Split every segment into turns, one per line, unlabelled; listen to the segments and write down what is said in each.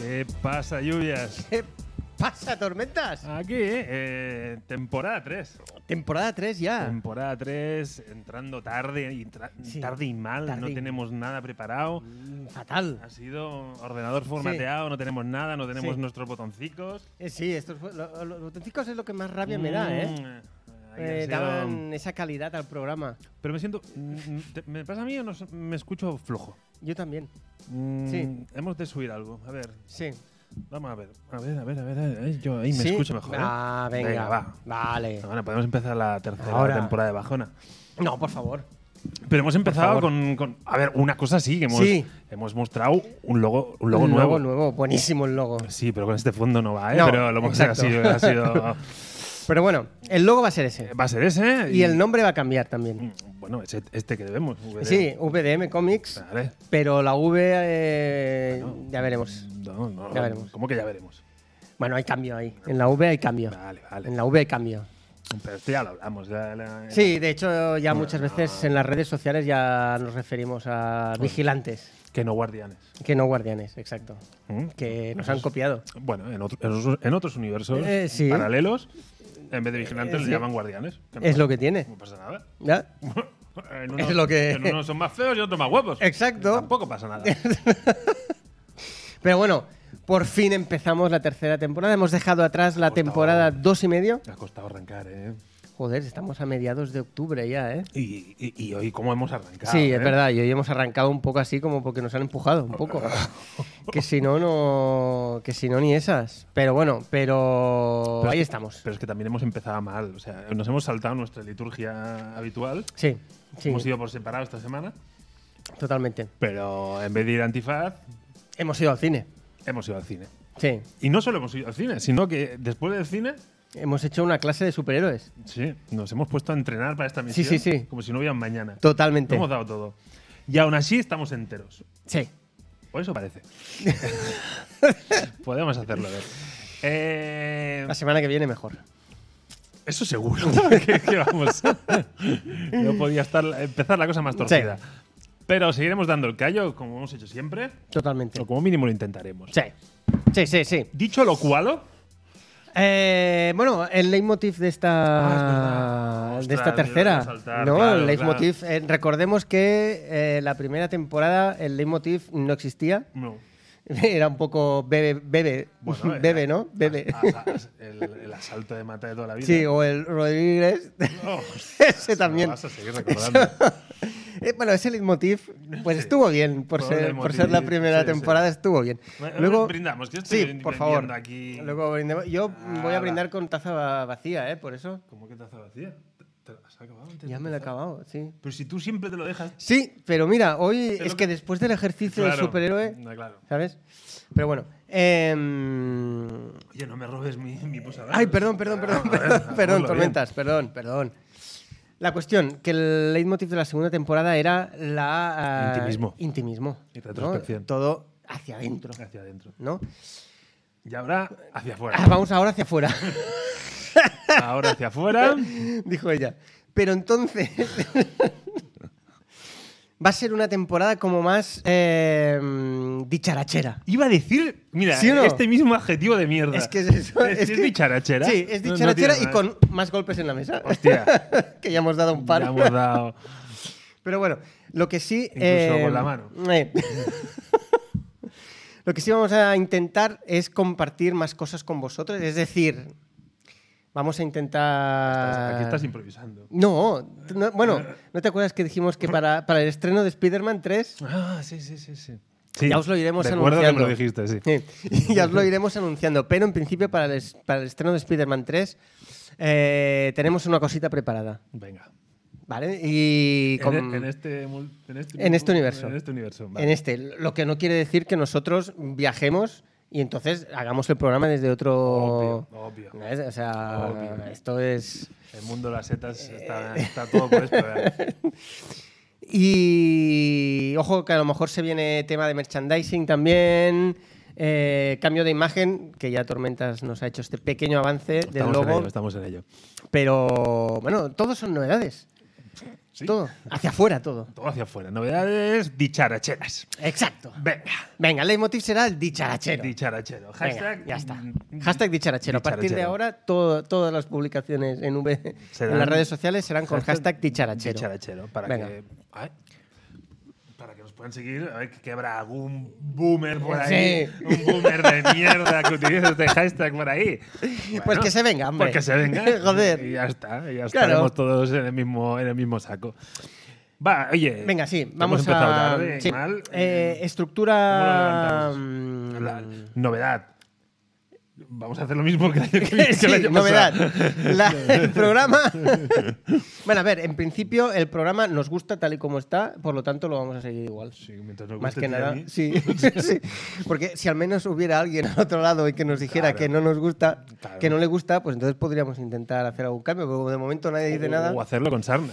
¿Qué pasa, lluvias?
¿Qué pasa, tormentas?
Aquí, eh, temporada 3.
Temporada 3 ya.
Temporada 3, entrando tarde y, tra-
Ah. Sí,
tarde y mal,
tarde
no
y-
tenemos nada preparado.
Mm, Fatal.
Ha sido ordenador formateado, no tenemos nada, no tenemos
Sí.
nuestros botoncicos.
Eh, sí, estos, fue- lo- lo- los botoncicos es lo que más rabia me da, ¿eh?
Mm, ahí
Eh,
ha sido-
daban esa calidad al programa.
Pero me siento. mm, te- ¿Me pasa a mí o no sé? me escucho flojo?
Yo también.
Mm,
Sí.
Hemos de subir algo. A ver,
Sí.
vamos a ver. A ver, a ver, a ver. a ver, Yo ahí me
¿Sí?
escucho mejor. ¿eh?
Ah, venga.
Venga, va.
Vale.
Bueno, podemos empezar la tercera
Ahora.
temporada de Bajona.
No, por favor.
Pero hemos empezado
favor.
con, con- A ver, una cosa sí, que hemos,
Sí.
hemos mostrado un logo, un logo
Un
nuevo.
Logo nuevo. Buenísimo el logo.
Sí, pero con este fondo no va, ¿eh?
No,
pero lo hemos ha
exacto.
sido, ha sido-
Pero bueno, el logo va a ser ese.
Va a ser ese.
Y el nombre va a cambiar también.
Mm, Bueno, es este que debemos. VD.
Sí, VDM Comics.
Vale.
Pero la V, eh, ya veremos.
No, no,
Ya veremos.
¿Cómo que ya veremos?
Bueno, hay cambio ahí. En la V hay cambio.
Vale, vale.
En la V hay cambio.
Pero esto ya lo hablamos. ya la-
Sí, de hecho ya muchas veces en las redes sociales ya nos referimos a vigilantes,
Que no guardianes.
que no guardianes, exacto,
¿Mm?
que nos han copiado.
Bueno, en, otro- en otros- en otros universos
Eh, sí.
paralelos, en vez de vigilantes,
Eh, sí.
le llaman guardianes. que no
Es
pasa-
lo que tiene.
No pasa nada.
¿Ya?
En
Es lo que-
en unos son más feos y otros más guapos.
Exacto.
Tampoco pasa nada.
Pero bueno, por fin empezamos la tercera temporada. Hemos dejado atrás la
Costaba.
temporada dos y medio.
Me ha costado arrancar, ¿eh?
Joder, estamos a mediados de octubre ya, ¿eh?
Y, y- y hoy, ¿cómo hemos arrancado?
sí,
eh?
es verdad. Y hoy hemos arrancado un poco así como porque nos han empujado un poco. que si no, no, que si no ni esas. Pero bueno, pero,
Pero es
ahí
que-
estamos.
Pero es que también hemos empezado mal. O sea, nos hemos saltado nuestra liturgia habitual.
Sí, sí,
Hemos ido por separado esta semana.
totalmente.
Pero en vez de ir a antifaz,
Hemos ido al cine.
hemos ido al cine.
Sí.
Y no solo hemos ido al cine, sino que después del cine,
Hemos hecho una clase de superhéroes.
sí, nos hemos puesto a entrenar para esta
Sí,
misión.
sí, sí.
Como si no hubiera un mañana. Lo
Totalmente.
hemos dado todo. Y aún así estamos enteros.
Sí.
O eso parece. Podemos hacerlo. a ver. Eh,
La semana que viene mejor.
eso seguro. que, que vamos. no podía estar, empezar la cosa más torcida.
Sí.
Pero seguiremos dando el callo, como hemos hecho siempre.
Totalmente.
O como mínimo lo intentaremos.
Sí. Sí, sí, sí.
Dicho lo cual,
Eh, bueno, el leitmotiv de
Ah,
esta,
es verdad.
de esta
Ostras,
tercera.
me lo iba a saltar,
¿no?
claro,
el leitmotiv. eh, recordemos que eh, la primera temporada el leitmotiv no existía.
no.
Era un poco bebe, bebe,
Bueno, eh,
bebe, ¿no? Bebe.
as- as- el, el asalto de mata de toda la vida.
Sí, o el Rodríguez.
No,
Ese también.
Vas a seguir recordando.
Eh, bueno, ese leitmotiv, pues estuvo bien, por,
Fue un
ser,
leitmotiv,
por ser la primera
sí, sí.
temporada estuvo bien.
Bueno, brindamos, que yo estoy
sí, por
bebiendo
favor.
aquí. Ah,
Luego brindemos. Yo voy
Nada.
a brindar con taza va- vacía, ¿eh? Por eso.
¿Cómo que taza vacía? ¿Te, te la has acabado antes
Ya
de
me lo he
empezar?
acabado, sí.
Pero si tú siempre te lo dejas.
Sí, pero mira, hoy es,
lo
que,
que-
después del ejercicio del
Claro.
superhéroe,
No, claro.
¿sabes? Pero bueno. em,
Oye, no me robes mi, mi posada.
Ay, perdón, perdón,
Ah,
perdón, perdón, perdón, tormentas, perdón, perdón. La cuestión, que el leitmotiv de la segunda temporada era la... ah,
Intimismo.
Intimismo.
Y
¿no?
retrospección.
Todo hacia adentro,
Hacia adentro.
¿no?
Y ahora hacia afuera.
Ah, vamos ahora hacia afuera,
Ahora hacia afuera.
dijo ella. Pero entonces... va a ser una temporada como más eh, dicharachera.
Iba a decir, mira,
¿Sí o no?
este mismo adjetivo de mierda.
Es que es eso.
Es, es
que-
dicharachera.
Sí, es
No- no
dicharachera
tiene más.
y con más golpes en la mesa.
Hostia.
que ya hemos dado un par.
Ya hemos dado.
Pero bueno, lo que sí.
Incluso con la mano.
eh, lo que sí vamos a intentar es compartir más cosas con vosotros. Es decir, Vamos a intentar.
Estás- Aquí estás improvisando.
No, no- bueno, ¿no te acuerdas que dijimos que para, para el estreno de Spider-Man 3
Ah, sí, sí, sí, sí.
Ya os lo iremos
Recuerdo
anunciando.
que me lo dijiste, sí.
Sí, y ya os lo iremos anunciando. Pero en principio, para el, es- para el estreno de Spider-Man 3, eh, tenemos una cosita preparada.
Venga.
¿Vale? Y
En,
con-
e- en este, mul- en, este,
En este universo.
En este universo. vale.
en este. Lo que no quiere decir que nosotros viajemos y entonces hagamos el programa desde otro.
Obvio, obvio.
¿Ves? O sea,
Obvio.
esto es.
El mundo de las setas
Eh.
está, está todo por explorar.
Y ojo que a lo mejor se viene tema de merchandising también. eh, cambio de imagen, que ya Tormentas nos ha hecho este pequeño avance del
Estamos en
logo.
ello, estamos en ello.
Pero bueno, todo son novedades.
Sí.
Todo. Hacia afuera todo.
Todo hacia afuera. Novedades dicharacheras.
Exacto.
Venga.
Venga, el leitmotiv será el dicharachero.
Dicharachero.
Venga,
Hashtag. mm,
ya está. Hashtag dicharachero. A partir de
Dicharachero.
ahora, todo- todas las publicaciones en, V-
Serán-
en las redes sociales serán con hashtag, dicharachero.
Dicharachero. Para
Venga.
que. ay, para que nos puedan seguir, a ver que habrá algún boomer por
Sí.
ahí. Un boomer de mierda que utilice este hashtag por ahí.
Pues que se venga, hombre.
Pues que se venga.
Joder.
Y ya está. y ya
Claro.
estaremos todos en el, mismo, en el mismo saco. Va, oye.
Venga, sí,
hemos
vamos
empezado
a.
tarde,
sí.
mal.
Eh,
¿Cómo
estructura.
lo
mm,
La novedad. Vamos a hacer lo mismo que el año, que- que el
Sí,
año pasado.
novedad. La- el programa. bueno, a ver, en principio el programa nos gusta tal y como está, por lo tanto lo vamos a seguir igual.
Sí, mientras nos
Más
guste
que
a ti y a
nada,
mí.
sí, sí. Porque si al menos hubiera alguien al otro lado y que nos dijera
Claro.
que no nos gusta,
Claro.
que no le gusta, pues entonces podríamos intentar hacer algún cambio, pero como de momento nadie dice nada,
O hacerlo con sarna.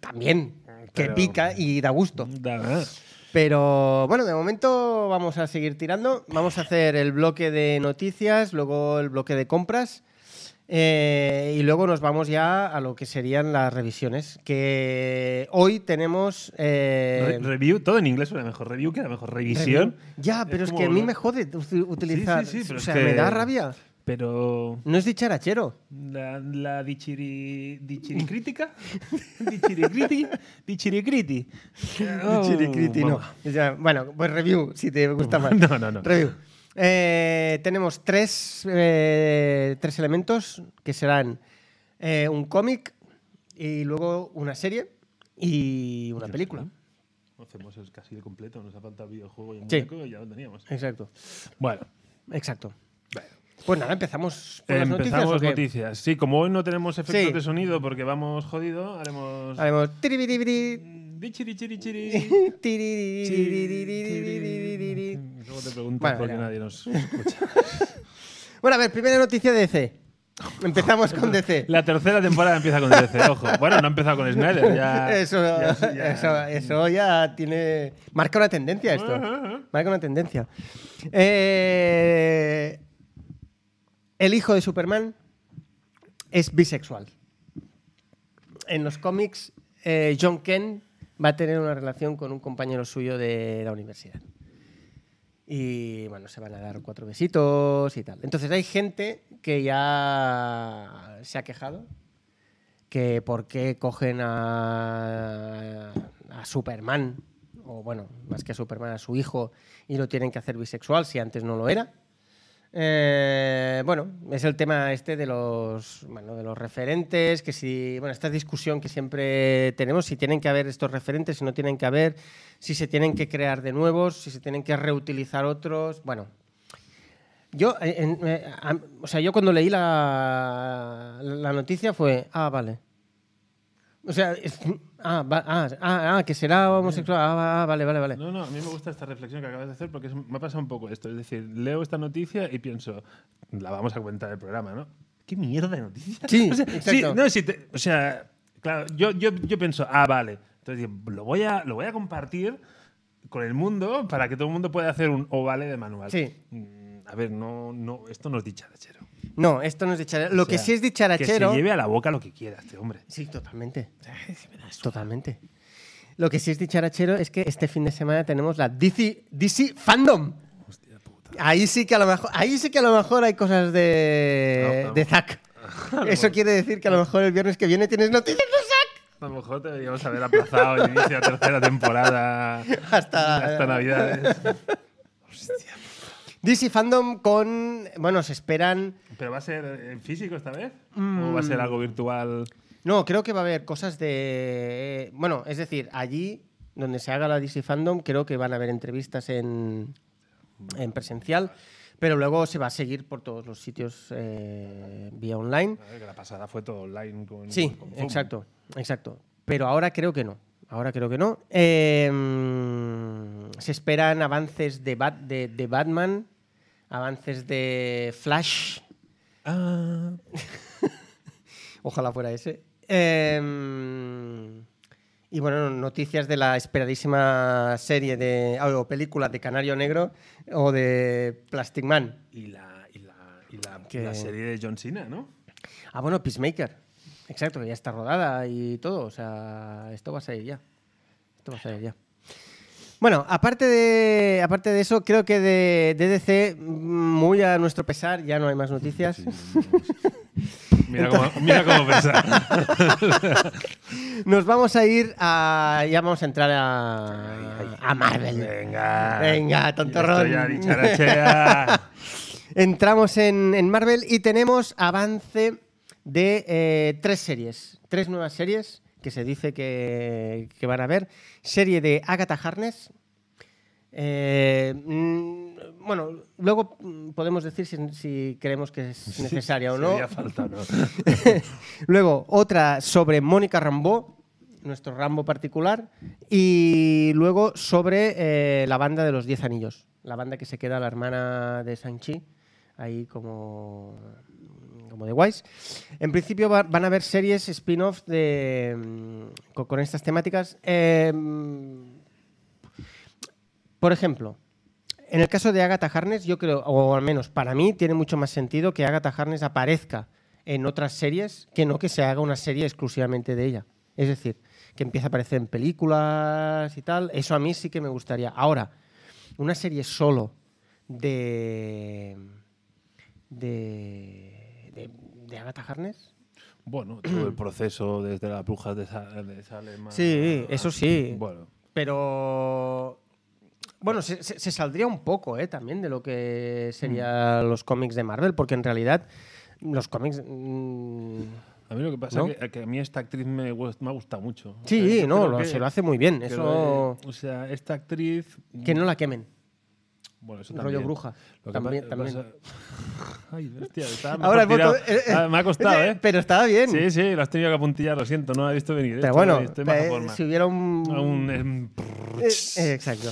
también, que
Pero-
pica y da gusto.
Da nada.
Pero bueno, de momento vamos a seguir tirando. Vamos a hacer el bloque de noticias, luego el bloque de compras. eh, y luego nos vamos ya a lo que serían las revisiones. Que hoy tenemos.
Re-
eh,
review, todo en inglés suena mejor. Review queda mejor. Revisión.
review. Ya, pero es,
como
que a mí
lo-
me jode ut- utilizar.
Sí, sí, sí, pero
o
es
sea,
que-
me da rabia.
Pero.
No es dicharachero.
La, la dichiri, dichiricrítica. dichiricriti. Dichiricriti. Oh,
Chiricriti, no.
mamá.
Ya, Bueno, pues review, si te gusta más.
No, no, no.
Review. Eh, tenemos tres, eh, tres elementos que serán eh, un cómic y luego una serie y una película.
Hacemos es casi el completo. Nos ha faltado videojuego y
Sí.
muñeco y ya lo teníamos.
Exacto.
Bueno.
Exacto. Pues nada, empezamos con las noticias. ¿o
Empezamos
qué?
noticias. Sí, como hoy no tenemos efectos
Sí.
de sonido porque vamos jodido, haremos.
Haremos tiribiribiri,
Dichirichirichiri.
tiririririririririririri.
Luego te preguntas
Bueno,
por qué
venga.
nadie nos escucha.
Bueno, a ver, primera noticia de DC. Empezamos con DC.
La tercera temporada empieza con DC, ojo. Bueno, no ha empezado con Snyder, ya.
Eso, Eso, eso ya tiene. Marca una tendencia esto. Marca una tendencia. Eh, el hijo de Superman es bisexual. En los cómics, eh, John Kent va a tener una relación con un compañero suyo de la universidad. Y bueno, se van a dar cuatro besitos y tal. Entonces hay gente que ya se ha quejado que por qué cogen a, a Superman, o bueno, más que a Superman, a su hijo, y lo tienen que hacer bisexual si antes no lo era. Eh, bueno, es el tema este de los, bueno, de los referentes, que si, bueno, esta discusión que siempre tenemos, si tienen que haber estos referentes, si no tienen que haber, si se tienen que crear de nuevos, si se tienen que reutilizar otros, bueno. Yo, eh, en- eh, a- o sea, yo cuando leí la, la noticia fue, ah, vale. O sea, es- ah, va- ah, ah, ah, que será homosexual, ah, va- ah, vale, vale, vale.
No, no, a mí me gusta esta reflexión que acabas de hacer porque es- me ha pasado un poco esto. Es decir, leo esta noticia y pienso, la vamos a comentar en el programa, ¿no? ¿Qué mierda de noticia?
Sí,
o sea,
exacto.
no, sí, te- o sea, claro, yo, yo, yo pienso, ah, vale. Entonces digo, lo voy, a, lo voy a compartir con el mundo para que todo el mundo pueda hacer un o vale de manual.
Sí.
Mm, A ver, no, no, esto no es dicharachero.
No, esto no es dicharachero. Lo
O
que
sea,
sí es dicharachero.
Que se lleve a la boca lo que quiera este hombre.
Sí, totalmente. Totalmente. Lo que sí es dicharachero es que este fin de semana tenemos la DC, DC Fandom. Ahí sí que a lo mejor, ahí sí que a lo mejor hay cosas de,
Ah, ah.
de Zack. Eso quiere decir que a lo mejor el viernes que viene tienes noticias de
A lo mejor deberíamos haber aplazado el inicio de la tercera temporada
Hasta-
hasta Navidades.
Zack. DC Fandom con. Bueno, se esperan.
¿Pero va a ser en físico esta vez? ¿O va
Mm.
a ser algo virtual?
No, creo que va a haber cosas de. eh, Bueno, es decir, allí donde se haga la DC Fandom, creo que van a haber entrevistas en, en presencial, pero luego se va a seguir por todos los sitios eh, vía online.
A ver, que la pasada fue todo online con.
Sí,
con Zoom.
exacto, exacto. Pero ahora creo que no. Ahora creo que no. Eh, mm, se esperan avances de, Bat- de, de Batman, avances de Flash.
Ah,
Ojalá fuera ese. Eh, y bueno, noticias de la esperadísima serie de, ah, o película de Canario Negro o de Plastic Man.
y la, y la, y la,
Que-
la serie de John Cena, ¿no?
Ah, bueno, Peacemaker. Exacto, que ya está rodada y todo. O sea, esto va a salir ya. Esto va a salir ya. Bueno, aparte de, aparte de eso, creo que de, de DC, muy a nuestro pesar, ya no hay más noticias.
Mira cómo, mira cómo pensar.
Nos vamos a ir a. Ya vamos a entrar a. A Marvel.
Venga.
Venga, tontorrón.
Ya estoy ya dicharachea.
Entramos en, en Marvel y tenemos avance de eh, tres series, tres nuevas series que se dice que, que van a ver. Serie de Agatha Harness. bueno, luego mm, podemos decir si, si creemos que es necesaria o no.
Sería falta, ¿no?
Luego, otra sobre Mónica Rambó, nuestro Rambo particular. Y luego sobre eh, la banda de los Diez Anillos, la banda que se queda la hermana de Sanchi, ahí como, como de guays. En principio va- van a haber series spin-off de, mm, con, con estas temáticas. Eh, por ejemplo, en el caso de Agatha Harness, yo creo, o al menos para mí, tiene mucho más sentido que Agatha Harness aparezca en otras series que no que se haga una serie exclusivamente de ella. Es decir, que empiece a aparecer en películas y tal. Eso a mí sí que me gustaría. Ahora, una serie solo de. de. de, de Agatha Harness.
Bueno, todo el proceso desde las brujas de, Sa- de Salem. a-
Sí, eso sí.
Bueno,
Pero. Bueno, se, se- se saldría un poco eh, también de lo que
Mm.
serían los cómics de Marvel, porque en realidad los cómics. mm,
a mí lo que pasa
¿No?
es que, que a mí esta actriz me, gust- me ha gustado mucho. O sea,
sí,
yo
no,
creo
lo-
que-
se lo hace muy bien.
que
Eso.
lo- O sea, esta actriz. mm,
Que no la quemen.
Bueno, eso
rollo
también.
bruja.
Lo que
También-
pa-
también.
pasa- Ay, hostia, estaba
Ahora el
mejor
voto.
tirado.
eh, eh,
Ah, me ha costado, ¿eh?
Pero estaba bien.
Sí, sí, lo has tenido que apuntillar, lo siento, no la he visto venir. ¿eh?
pero
Estoy-
bueno,
estoy en baja
eh,
forma.
si hubiera un.
A un, em,
Eh, eh, exacto.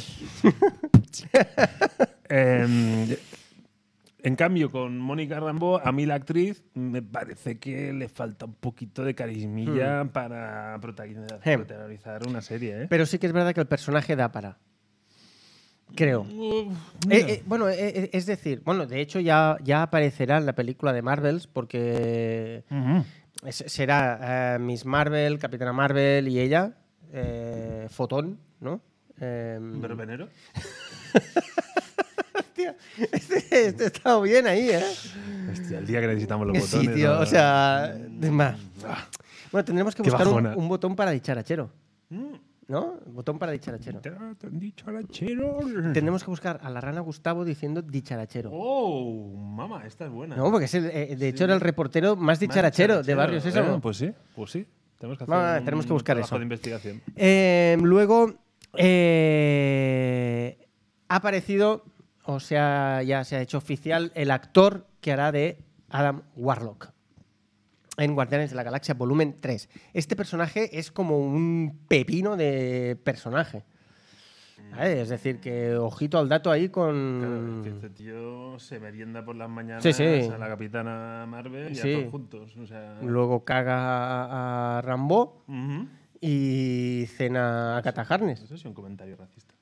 Em, en cambio, con Mónica Rambo, a mí la actriz me parece que le falta un poquito de carismilla para protagonizar,
Hmm.
protagonizar una serie. ¿eh?
Pero sí que es verdad que el personaje da para. Creo.
Uf,
Eh,
mira.
eh, bueno, eh, eh, es decir, bueno, de hecho ya, ya aparecerá en la película de Marvels porque
Ujú.
es- será eh, Miss Marvel, Capitana Marvel y ella, eh, Fotón, ¿no? Em,
¿Pero Venero?
hostia, este, este está bien ahí, ¿eh?
Hostia, el día que necesitamos los
Que
botones.
sí, tío,
¿no? Ah.
o sea, es más. Bueno, tendremos que
Qué
buscar un,
bajona.
un botón para dicharachero,
Mm,
¿no? Botón para dicharachero.
te ha- te han dicho a la Cheryl.
Tendremos que buscar a la rana Gustavo diciendo dicharachero.
Oh, mamá, esta es buena.
No, porque es el- eh, de hecho era el reportero más dicharachero, de Barrio
eso
Sésamo.
pues sí, pues sí. Tenemos que hacer
Vamos a ver,
un
tenemos que buscar
trabajo
eso.
de investigación.
Eh, luego eh, ha aparecido, o sea, ya se ha hecho oficial el actor que hará de Adam Warlock en Guardianes de la Galaxia Volumen 3. Este personaje es como un pepino de personaje. ¿Vale? Es decir, que ojito al dato ahí
Claro, es que
con...
este tío se merienda por las mañanas
Mm. Sí, sí.
a la capitana Marvel y
Sí.
a todos juntos. O sea,
Luego caga a, a Rambo
Ujú.
y cena a Catajarnes.
Eso es un comentario racista.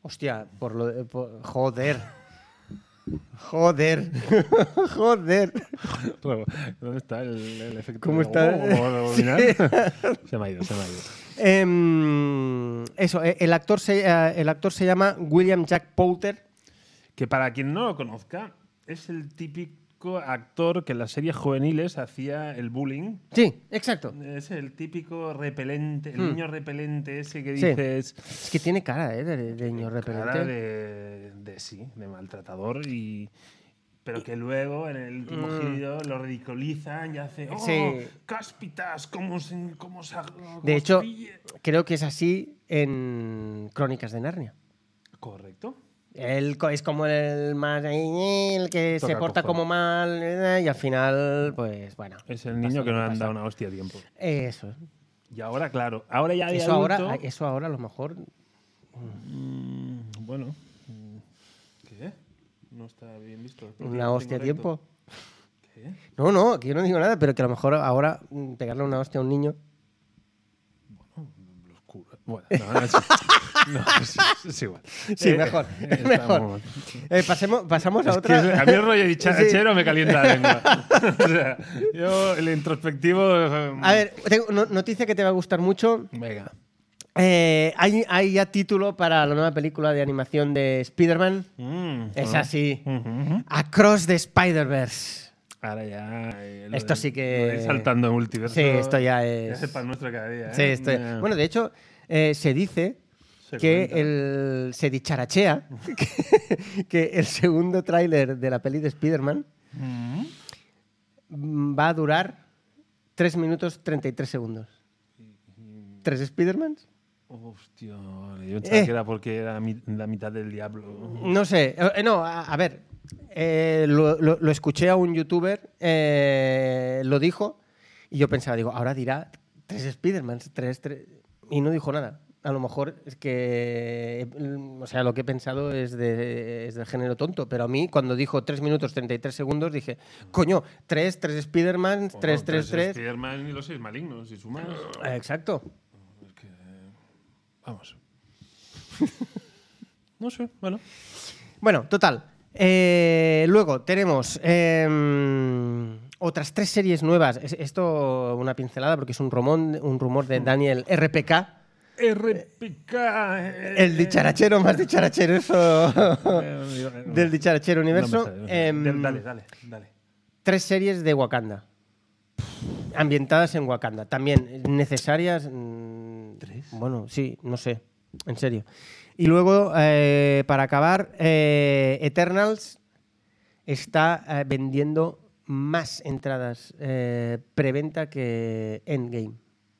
Hostia, por lo de, por- joder. Joder. joder.
¿Dónde está el, el efecto?
¿Cómo
de-
está?
Oh, oh, oh, mira. se me ha ido, se me ha ido.
Em, eso, eh, el actor, se, eh, el actor se llama William Jack Poulter.
Que para quien no lo conozca, es el típico típico actor que en las series juveniles hacía el bullying.
Sí, exacto.
Es el típico repelente, el
Hmm.
niño repelente ese que
Sí.
dices.
Es que tiene cara, ¿eh? De, de niño repelente.
cara de, de sí, de maltratador y. Pero que luego en el último
Mm.
giro lo ridiculizan y hace. ¡Oh!
Sí.
¡Cáspitas! ¿Cómo se.? Cómo se cómo
De
os
hecho-
pille".
Creo que es así en Crónicas de Narnia.
Correcto.
Él co- es como el más ahí, el que se
Toca
porta
cojones. Eh.
como mal eh, y al final, pues bueno.
Es el niño
Pasa
que
lo
no le
que
han
pasa.
dado una hostia a tiempo.
Eso.
Y ahora, claro. Ahora ya de
Eso ahora,
adulto-
eso ahora a lo mejor.
Mm, bueno. mm, ¿Qué? No está bien visto.
Una hostia a
Incorrecto.
tiempo.
¿Qué?
No, no, que yo no digo nada, pero que a lo mejor ahora mm, pegarle una hostia a un niño.
Los curas. Bueno, no, no, es, no, es- es igual. Eh,
Sí, mejor, es mejor.
estamos-
Eh, pasemos, pasamos a
Es que
otra.
es- a mí el rollo de
Sí.
charachero me calienta la lengua. O sea, yo el introspectivo. eh,
A ver, tengo no- noticia que te va a gustar mucho.
Venga.
Eh, hay, hay ya título para la nueva película de animación de Spider-Man.
Mm,
Es
ah.
así.
Ujú, ujú.
Across the Spider-Verse.
Ahora ya. eh, lo
Esto
del-
sí que-
lo de ir Saltando en multiverso.
Sí, esto ya
Ya
es.
es el pan nuestro cada día.
Sí,
¿eh?
esto-
Ya.
Bueno, de hecho, eh, se dice
Se
que
comenta.
el, se dicharachea que, que el segundo tráiler de la peli de Spider-Man
Mm.
mm, va a durar 3 minutos 33 segundos. ¿Tres Spider-Mans?
Hostia, yo pensaba
Eh.
que era porque era mi- la mitad del diablo.
No sé. Eh, eh, no, a, a ver. eh, lo, lo- lo escuché a un youtuber, eh, lo dijo, y yo pensaba, digo, ahora dirá tres Spider-Mans, tres, tres. Y no dijo nada. A lo mejor es que. eh, O sea, lo que he pensado es, de, es del género tonto, pero a mí, cuando dijo 3 minutos 33 segundos, dije, coño, 3, 3 Spider-Man, 3, 3, 3.
Spiderman y los seis malignos, si sumas.
Exacto.
Es que, Vamos. No sé, bueno.
Bueno, total. Eh, luego tenemos em, otras tres series nuevas. Es- esto una pincelada porque es un, romón, un rumor de Daniel RPK.
RPK. eh.
El dicharachero más dicharachero eso, del dicharachero universo. Em,
Eh, dale, dale, dale.
Tres series de Wakanda. Ambientadas en Wakanda. También eh, necesarias. mm,
¿Tres?
Bueno, sí, no sé. En serio. Y luego, eh, para acabar, eh, Eternals está eh, vendiendo más entradas eh, preventa que Endgame.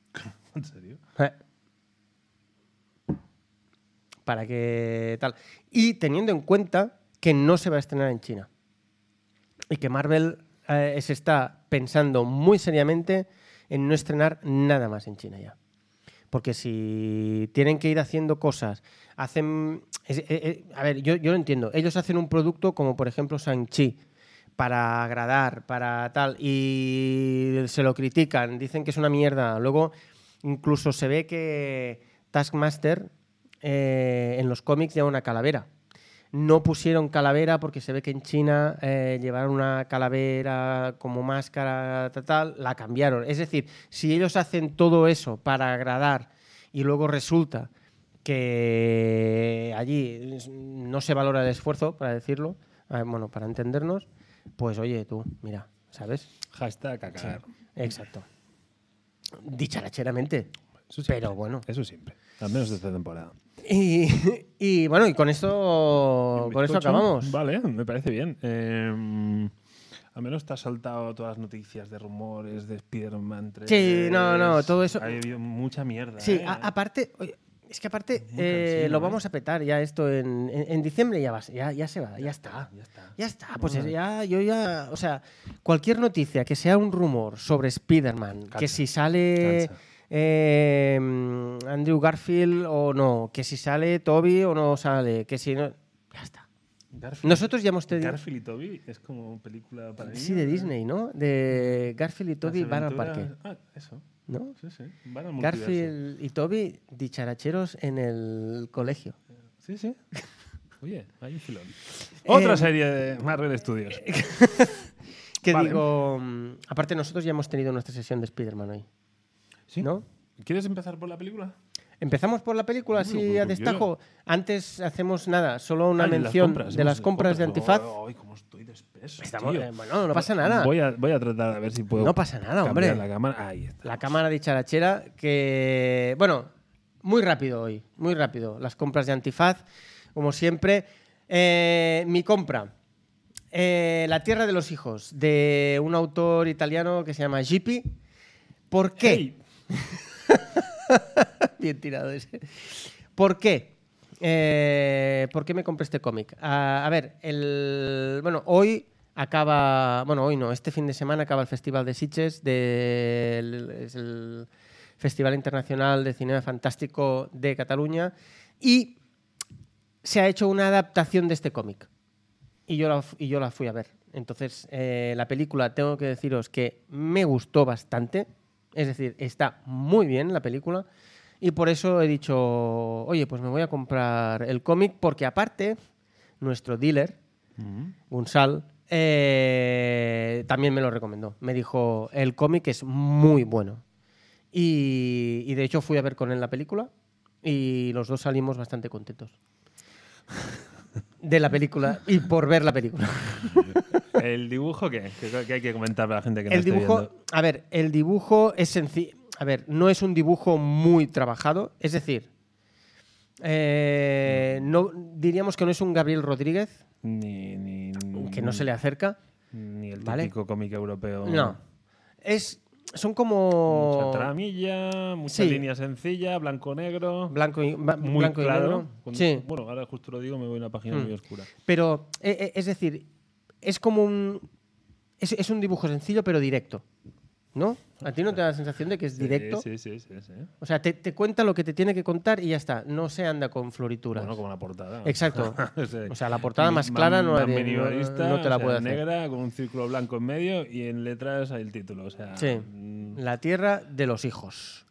¿En serio?
Eh. Para que tal. Y teniendo en cuenta que no se va a estrenar en China. Y que Marvel eh, se está pensando muy seriamente en no estrenar nada más en China ya. Porque si tienen que ir haciendo cosas, hacen... es- eh, eh, a ver, yo, yo lo entiendo. Ellos hacen un producto como por ejemplo Shang-Chi para agradar, para tal, y se lo critican, dicen que es una mierda. Luego incluso se ve que Taskmaster eh, en los cómics lleva una calavera. No pusieron calavera porque se ve que en China eh, llevaron una calavera como máscara, ta, tal, la cambiaron. Es decir, si ellos hacen todo eso para agradar y luego resulta que allí no se valora el esfuerzo, para decirlo, eh, bueno, para entendernos, pues oye, tú, mira, ¿sabes?
Hashtag a cagar.
Exacto. Dicharacheramente.
Eso siempre.
Pero bueno.
Eso siempre. Al menos de esta temporada.
Y, y bueno, y con esto,
Un
con esto
bizcocho.
acabamos.
Vale, me parece bien. Eh, al menos te has saltado todas las noticias de rumores de Spider-Man 3.
Sí, no, no, todo eso-
Ha habido mucha mierda.
Sí,
¿eh?
a- aparte, oye, es que aparte
Muy
eh,
cansino,
lo
¿eh?
vamos a petar ya esto en, en- en diciembre ya, va, ya, ya se va, ya está.
Ya está.
Ya está, pues
Vale.
ya, yo ya, o sea, cualquier noticia que sea un rumor sobre Spider-Man, que
Cansa.
si sale
Cansa.
eh, mm, Andrew Garfield o no, que si sale Toby o no sale, que si no, ya está.
Garfield,
Nosotros ya hemos tenido...
Garfield y Toby es como película para
Sí,
niños,
de
¿no?
Disney, ¿no? De Garfield y
Las
Toby van al parque,
aventuras- Ah, eso.
¿no?
Sí, sí. Van al multiverso.
Garfield y Toby dicharacheros en el colegio.
Sí, sí. Oye, hay un filón. Otra
Eh,
serie de Marvel Studios.
Que
Vale.
digo, mm, aparte nosotros ya hemos tenido nuestra sesión de Spider-Man hoy,
¿Sí?
¿no?
¿Quieres empezar por la película?
Empezamos por la película, así
Bueno,
a
como
destajo. Antes hacemos nada, solo una
Ah, y las
mención
compras,
de
hemos-
las compras de Antifaz.
Ay, cómo estoy despe- pesos.
Estamos-
tío.
eh, bueno, no pasa nada.
Voy a, voy a tratar de ver si puedo.
No pasa nada,
cambiar
hombre.
La cámara. Ahí está.
La cámara dicharachera que, bueno, muy rápido hoy, muy rápido. Las compras de antifaz, como siempre. Eh, mi compra, eh, La Tierra de los Hijos, de un autor italiano que se llama Gippi. ¿Por qué? Bien tirado ese. ¿Por qué? Eh, ¿Por qué me compré este cómic? Ah, a ver, el, bueno, hoy acaba, bueno, hoy no, este fin de semana acaba el Festival de Sitges, de- el- es el Festival Internacional de Cine Fantástico de Cataluña, y se ha hecho una adaptación de este cómic. Y yo, la, fu- y yo la fui a ver. Entonces, eh, la película, tengo que deciros que me gustó bastante. Es decir, está muy bien la película. Y por eso he dicho, oye, pues me voy a comprar el cómic, porque aparte, nuestro dealer,
Mm.
Gunsal, eh, también me lo recomendó. Me dijo, el cómic es muy bueno. Y, y de hecho fui a ver con él la película y los dos salimos bastante contentos. De la película y por ver la película.
¿El dibujo qué? ¿Qué, qué hay que comentar para la gente que no
El
esté
dibujo,
viendo?
a ver, el dibujo es sencillo. A ver, no es un dibujo muy trabajado. Es decir, eh, no, diríamos que no es un Gabriel Rodríguez,
Ni, ni-
que no se le acerca.
Ni el
¿Vale?
típico cómic europeo.
No. Es, son como.
Mucha tramilla, mucha
Sí.
línea sencilla, blanco-negro.
Blanco y, ba-
Muy
blanco y
claro.
negro.
con-
Sí.
Bueno, ahora justo lo digo, me voy a una página
Mm.
muy oscura.
Pero, e- e- es decir, es como un. Es, es un dibujo sencillo, pero directo. ¿No? ¿A ti no te da la sensación de que es directo?
Sí, sí, sí. sí, sí.
O sea, te, te cuenta lo que te tiene que contar y ya está. No se anda con florituras.
Bueno, como la portada.
Exacto.
sea,
O sea, la portada más clara no la
más
tiene-
minimalista,
no te la
o sea,
puede hacer.
negra con un círculo blanco en medio y en letras el título. O sea,
Sí.
mm,
La tierra de los hijos.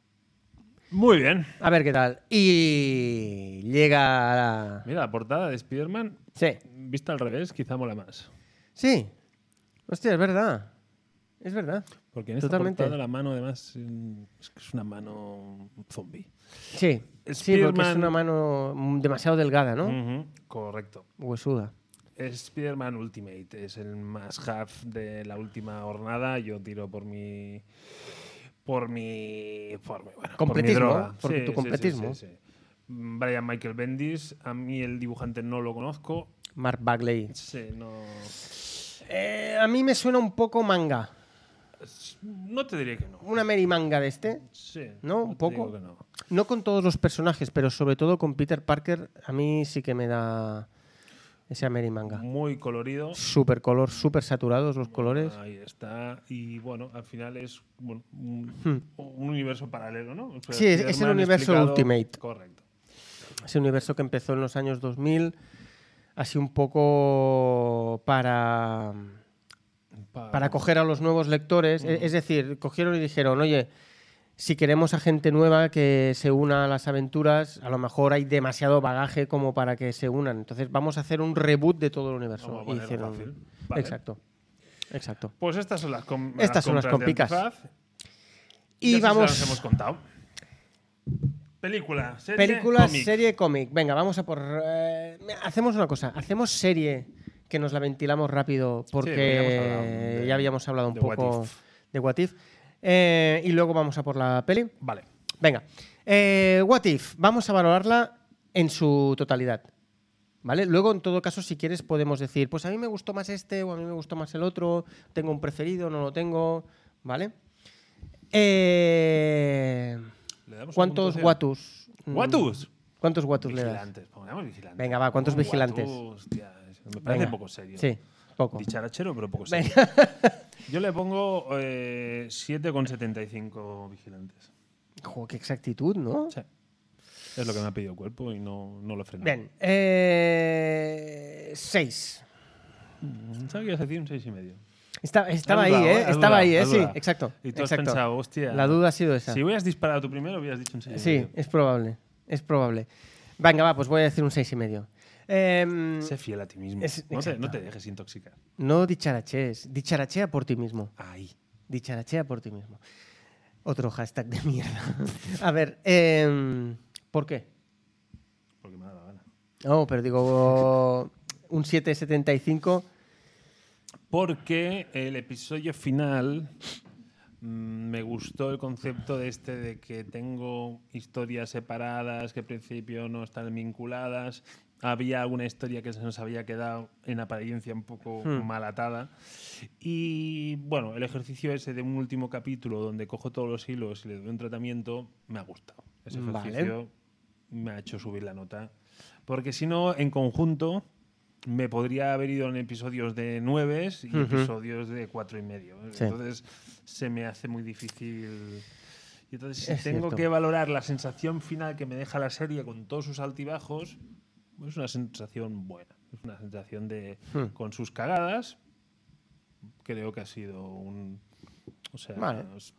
Muy bien.
A ver qué tal. Y llega la...
Mira, la portada de Spider-Man,
Sí.
vista al revés, quizá mola más.
Sí. Hostia, es verdad. Es verdad.
Porque en esta
Totalmente.
portada la mano, además, mm, es que es una mano zombie.
Sí. Sí, porque es
Spearman.
una mano mm, demasiado delgada, ¿no?
Ujú, Correcto.
Huesuda.
Spider-Man Ultimate es el más have de la última jornada. Yo tiro por mi. Por mi. Por mi. Bueno,
Completismo, ¿eh?
Por, mi droga.
por tu completismo.
sí, sí. Mm, Brian Michael Bendis, a mí el dibujante no lo conozco.
Mark Bagley.
Sí, no,
Eh, a mí me suena un poco manga.
no te diré que no.
Una Mary manga de este.
Sí,
¿No? Un
te
poco.
digo que no.
No con todos los personajes, pero sobre todo con Peter Parker, a mí sí que me da ese Mary manga.
Muy colorido.
Súper color, súper saturados los colores.
Ahí está. Y bueno, al final es bueno, un, un universo paralelo, ¿no? O sea,
Hmm. Sí, es- es el
Spider-Man
universo
explicado-
Ultimate.
Correcto.
Ese universo que empezó en los años 2000, así un poco para,
Pa-
para coger a los nuevos lectores. E- Es decir, cogieron y dijeron, oye, si queremos a gente nueva que se una a las aventuras, a lo mejor hay demasiado bagaje como para que se unan. Entonces vamos a hacer un reboot de todo el universo.
Vamos a
Y
ponerlo
hicieron-
fácil. Vale.
Exacto. Exacto.
Pues estas son las, com-
Estas son las
compras de
compicas.
Antifaz.
Y
Ya se
vamos-
las hemos contado. Película, serie,
Película,
cómic.
serie, cómic. Venga, vamos a por. eh, hacemos una cosa. Hacemos serie que nos la ventilamos rápido porque
porque ya hemos hablado de-
ya habíamos hablado un
de What
poco
If.
de What If. Eh, y luego vamos a por la peli.
Vale.
Venga. Eh, What If. Vamos a valorarla en su totalidad. ¿Vale? Luego, en todo caso, si quieres, podemos decir: Pues a mí me gustó más este, o a mí me gustó más el otro, tengo un preferido, no lo tengo. ¿Vale? Eh,
Le damos un
¿Cuántos
punto cero.
guatus? Mm,
¿Guatus?
¿Cuántos guatus le das?
Vigilantes. Pongamos vigilantes.
Venga, va, ¿cuántos
Guatus,
vigilantes?
hostia, me parece
Venga.
poco serio.
Sí, poco.
Dicharachero, pero poco serio. Yo le pongo eh, 7,75 vigilantes.
Joder, qué exactitud, ¿no?
Sí. Es lo que me ha pedido el cuerpo y no, no lo freno.
Bien, eh, seis.
Mm, ¿Sabes que ibas a decir un 6,5?
Esta- estaba
Has dudado,
ahí, ¿eh?
has
Estaba
dudado,
ahí, ¿eh?
has
Sí,
dudado.
exacto.
Y tú has
exacto.
pensado, hostia.
La duda ha sido esa.
Si hubieras disparado tú primero, hubieras dicho un 6,5.
Sí, es probable. Es probable. Venga, va, pues voy a decir un seis y medio. Em,
Sé fiel a ti mismo.
Es-
no, te,
exacto.
no te dejes intoxicar.
no dicharachees. Dicharachea por ti mismo.
Ahí.
Dicharachea por ti mismo. Otro hashtag de mierda. a ver, em, ¿por qué? Oh,
Porque me da la gana.
No, pero digo, un 775.
porque el episodio final mm, me gustó el concepto de este de que tengo historias separadas que al principio no están vinculadas. Había alguna historia que se nos había quedado en apariencia un poco malatada. Y bueno, el ejercicio ese de un último capítulo donde cojo todos los hilos y le doy un tratamiento, me ha gustado. Ese
Vale.
ejercicio me ha hecho subir la nota. Porque si no, en conjunto, me podría haber ido en episodios de nueve y episodios de cuatro y medio.
Sí.
Entonces, se me hace muy difícil. Y entonces, si
Es
tengo
cierto.
que valorar la sensación final que me deja la serie con todos sus altibajos, es una sensación buena. Es una sensación de.
Hmm.
con sus cagadas. Creo que ha sido un. O sea,
Vale.
es-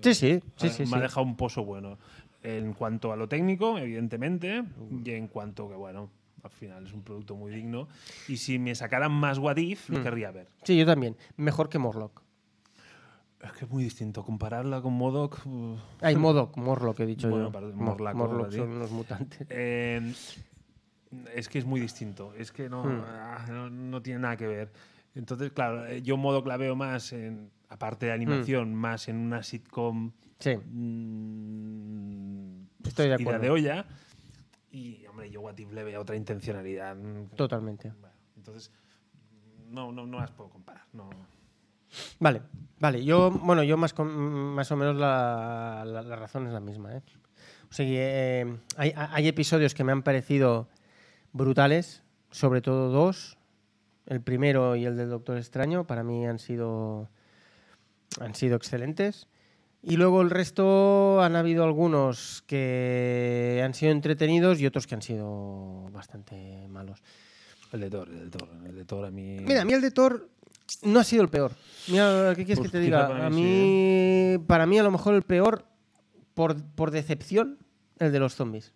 Sí, sí, sí,
Ah,
sí.
me
sí.
ha dejado un pozo bueno. En cuanto a lo técnico, evidentemente, y en cuanto que, bueno, al final es un producto muy digno. Y si me sacaran más What If,
Mm.
lo querría ver.
Sí, yo también. Mejor que Morlock.
Es que es muy distinto. Compararla con Modoc. uh,
Ay, Modoc, Morlock he dicho
Bueno,
yo.
perdón,
Mor-
Morlaco,
Morlock
¿verdad?
son unos mutantes.
eh, es que es muy distinto. Es que no,
Hmm.
ah, no, no tiene nada que ver. Entonces, claro, eh, yo Modoc la veo más, en, aparte de animación, más en una sitcom
Hmm. Sí,
Mm,
Estoy de
ida
acuerdo.
de olla. Y, hombre, yo a Tiff le veo otra intencionalidad. Mm,
totalmente.
bueno, entonces, no, no, no las puedo comparar. No.
Vale, vale. Yo, bueno, yo más, con- más o menos la, la- la razón es la misma. ¿eh? O sea, eh, hay, hay episodios que me han parecido brutales, sobre todo dos. El primero y el del Doctor Extraño, para mí han sido, han sido excelentes. Y luego el resto han habido algunos que han sido entretenidos y otros que han sido bastante malos.
El de Thor, el de Thor. El de Thor a mí.
Mira, a mí el de Thor no ha sido el peor. Mira, ¿qué quieres
Pues
que te
quizá
diga?
para
a
mí
mí, para mí, a lo mejor el peor, por, por decepción, el de los zombies.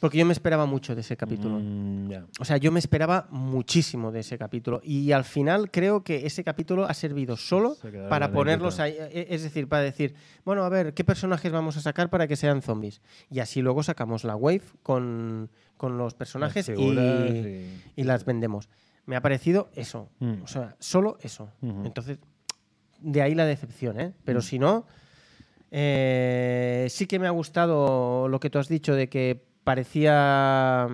Porque yo me esperaba mucho de ese capítulo.
Mm, ya.
O sea, yo me esperaba muchísimo de ese capítulo. Y al final creo que ese capítulo ha servido solo
Se quedaron
para
en
ponerlos
la
ahí. e- Es decir, para decir, bueno, a ver, ¿qué personajes vamos a sacar para que sean zombies? Y así luego sacamos la wave con, con los personajes
Las figuras
y, y las vendemos. Me ha parecido eso.
Mm.
O sea, solo eso.
Ujú. Mm.
Entonces, de ahí la decepción, ¿eh? Pero si no, eh, sí que me ha gustado lo que tú has dicho de que parecía.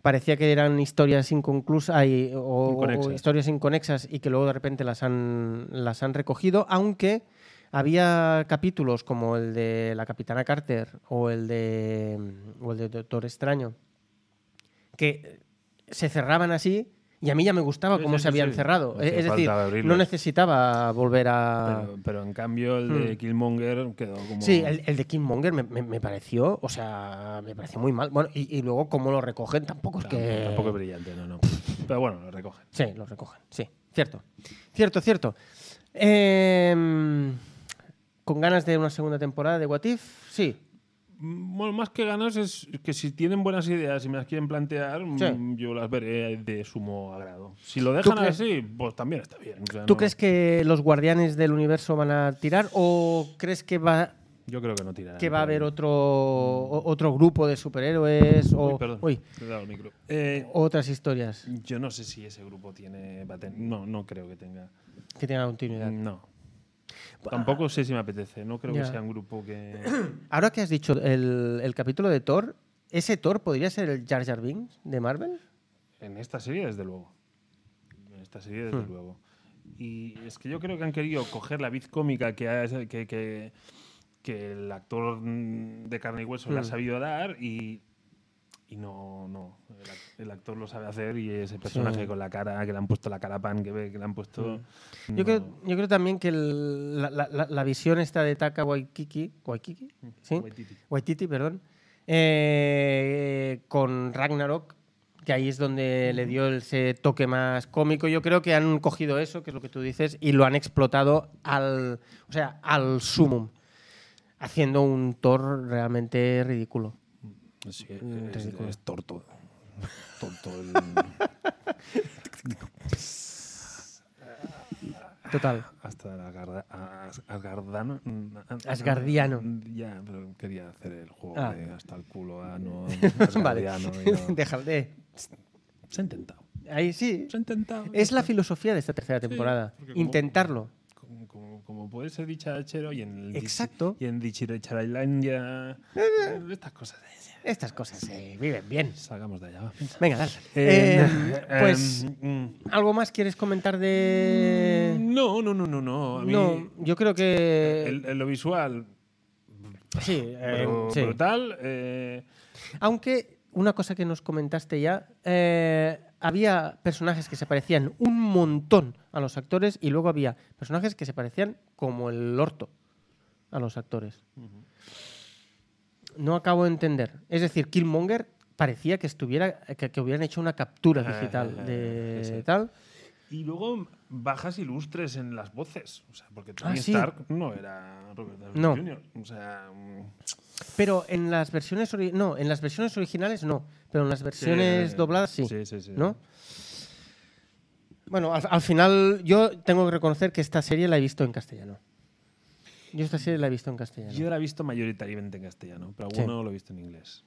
Parecía que eran historias inconclusas ay, o, o
Inconexas.
historias inconexas y que luego de repente las han, las han recogido, aunque había capítulos como el de la Capitana Carter o el de, o el de Doctor Extraño que se cerraban así y a mí ya me gustaba
Sí,
cómo
sí,
se
sí,
habían
sí.
cerrado.
No
Es,
hacía
es
falta
decir,
abrirlos.
no necesitaba volver a...
Pero, pero en cambio, el de Killmonger quedó como.
Ah. Hmm. Sí, el, el de Killmonger me, me- me pareció, o sea, me pareció muy mal. Bueno, y, y luego cómo lo recogen tampoco es que...
Tampoco es brillante, no, no. Pero bueno, lo recogen.
Sí, lo recogen, sí. Cierto, cierto, cierto. Em, ¿Con ganas de una segunda temporada de What If? Sí.
Mm, Bueno, más que ganas es que si tienen buenas ideas y me las quieren plantear, mm,
Sí.
yo las veré de sumo agrado. Si lo dejan
crees-
así, pues también está bien. o sea,
¿Tú
no-
crees que los guardianes del universo van a tirar o crees que va
Yo creo que no tirarán.
que va a
pero-
haber otro, o- otro grupo de superhéroes o
Mm. Uy, perdón.
uy,
le he dado el micro. Eh,
otras historias
yo no sé si ese grupo tiene. va a ten- No, no creo que tenga.
que tengan continuidad.
No. Tampoco sé si me apetece. No creo
Ah. Ya.
que sea un grupo que.
Ahora que has dicho el, el capítulo de Thor, ¿ese Thor podría ser el Jar Jar Binks de Marvel?
En esta serie, desde luego. En esta serie, desde luego. Y es que yo creo que han querido coger la vid cómica que, ha- que, que- que el actor mm, de carne y hueso le ha sabido dar y, y no, no. El, ac- el actor lo sabe hacer y ese personaje con la cara, que le han puesto la cara pan que ve, que le han puesto.
Yo,
no.
creo, yo creo también que el- la, la- la- la visión esta de Taka Waikiki, Waikiki, ¿sí?
Waititi.
Waititi, perdón, eh, con Ragnarok, que ahí es donde le dio ese toque más cómico. Yo creo que han cogido eso, que es lo que tú dices, y lo han explotado al, o sea, al sumum, haciendo un Thor realmente ridículo.
Sí, Eh, es,
ridículo.
es torto. Torto el-
Total.
hasta el Asgarda- As- Asgardano. mm, a- mm,
Asgardiano.
Ya, pero quería hacer el juego
Ah.
de hasta el culo, ah, no.
vale.
Asgardiano. y no.
Déjale.
Se ha intentado.
Eh, Ahí sí.
Se ha intentado.
Es la filosofía de esta tercera temporada.
porque como-
Intentarlo.
como, como- como puede ser dicharachero y en el dichi-
Exacto.
y en Dicharachailandia estas cosas
Estas cosas se viven bien.
salgamos de allá va.
Venga, dale.
Eh,
Eh, pues,
em, mm.
¿algo más quieres comentar de...?
no no no no no a mí
No, yo creo que...
el- el- lo visual
Sí, eh,
pero
sí.
brutal eh,
Aunque una cosa que nos comentaste ya, eh, había personajes que se parecían un montón a los actores y luego había personajes que se parecían como el orto a los actores. No acabo de entender. Es decir, Killmonger parecía que estuviera que, que hubieran hecho una captura
Ah,
digital de
sí, sí.
tal.
y luego bajas ilustres en las voces o sea porque Tony
Ah, sí.
Stark no era Robert Downey
No.
Jr. o sea mm,
Pero en las versiones ori- no, en las versiones originales no, pero en las versiones
eh,
dobladas sí.
sí, sí, sí.
¿No? Bueno, al, al final yo tengo que reconocer que esta serie la he visto en castellano. Yo esta serie la he visto en castellano.
yo la he visto mayoritariamente en castellano pero
Sí.
alguno lo he visto en inglés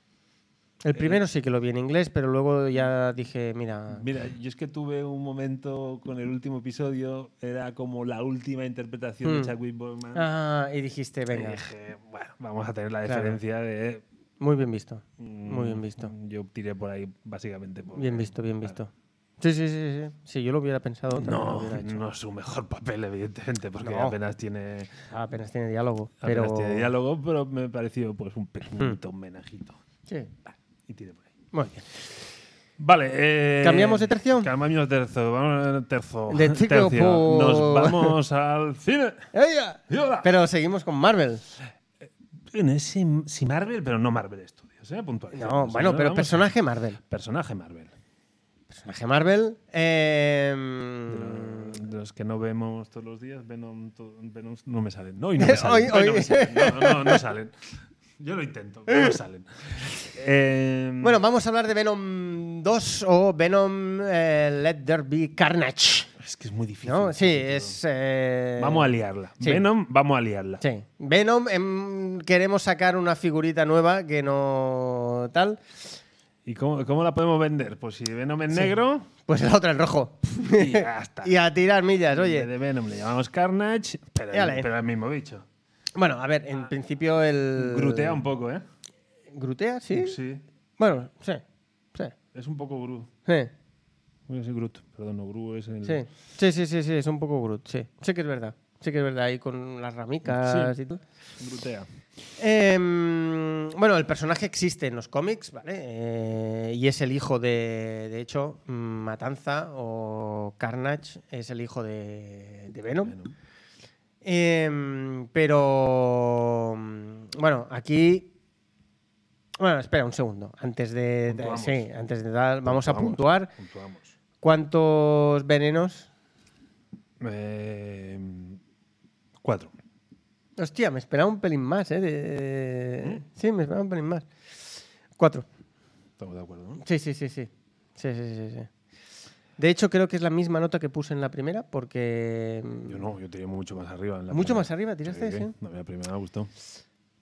eh,
El primero sí que lo vi en inglés, pero luego ya dije, mira,
Mira, yo es que tuve un momento con el último episodio, era como la última interpretación
Hmm.
de Chadwick Boseman.
ah, y dijiste,
y
venga,
dije, bueno, vamos a tener la
Claro.
diferencia de...
muy bien visto, muy bien
mm,
visto,
Yo tiré por ahí básicamente por...
bien visto, bien
Claro.
visto. Sí, sí, sí, sí. Si yo lo hubiera pensado, también lo
No,
hubiera hecho.
no es su mejor papel, evidentemente, porque
No.
apenas tiene
apenas tiene diálogo,
apenas
pero
tiene diálogo, pero me pareció pues un pequeñito homenajito.
Sí,
Y tiré por ahí.
muy bien.
Vale, eh,
¿Cambiamos de tercio?
Cambiamos de tercio, vamos al terzo.
De ciclo
tercio.
por-
Nos vamos al cine.
¡Ella!
Y hola.
Pero seguimos con Marvel.
Bueno, es si, si Marvel, pero no Marvel Studios, ¿eh? Puntualizamos,
No,
¿eh?
bueno, pero
Vamos-
personaje Marvel.
Personaje Marvel.
Personaje Marvel. eh,
De, lo-
mm,
de los que no vemos todos los días, Venom, to- Venom no me salen. No, hoy no me salen.
Hoy-
hoy no,
hoy.
me salen. No, no, no salen. Yo lo intento, pero no salen. Eh,
Bueno, vamos a hablar de Venom 2 o Venom eh, Let There Be Carnage.
es que es muy difícil.
¿No?
este
Sí,
título.
es. eh,
Vamos a liarla.
sí.
Venom, vamos a liarla.
Sí. Venom, em, queremos sacar una figurita nueva que no. tal.
¿Y cómo, cómo la podemos vender? Pues si Venom es negro,
Pues la otra en rojo.
y ya está.
y a tirar millas,
En vez
oye.
De Venom le llamamos Carnage, pero,
Yale.
pero el mismo bicho.
Bueno, a ver, en principio el.
Grutea un poco, ¿eh?
¿Grutea? Sí.
Sí.
Bueno, sí. Sí.
Es un poco Gru.
Sí.
Voy a decir Groot, perdón, no, Gru es el.
Sí. sí, sí, sí, sí, es un poco Groot, sí. Sí que es verdad. Sí que es verdad, ahí con las ramicas
Sí.
y todo.
Grutea.
Em, bueno, el personaje existe en los cómics, ¿vale? Eh, y es el hijo de, de hecho, mm, Matanza o Carnage es el hijo de, de Venom.
Venom.
Em, pero, mm, bueno, aquí... Bueno, espera un segundo. Antes de... de-
Puntuamos.
sí, antes de tal, vamos a
Puntuamos.
puntuar.
Puntuamos.
¿Cuántos venenos?
Eh, cuatro.
Hostia, me esperaba un pelín más, ¿eh?
¿Eh?
de- Sí, me esperaba un pelín más. Cuatro.
Estamos de acuerdo, ¿no?
Sí, sí, sí, sí. Sí, sí, sí, sí. De hecho, creo que es la misma nota que puse en la primera, porque... mm,
Yo no, yo tiré mucho más arriba. En la
Mucho
primera.
más arriba, tiraste, sí.
No, la primera me gustó.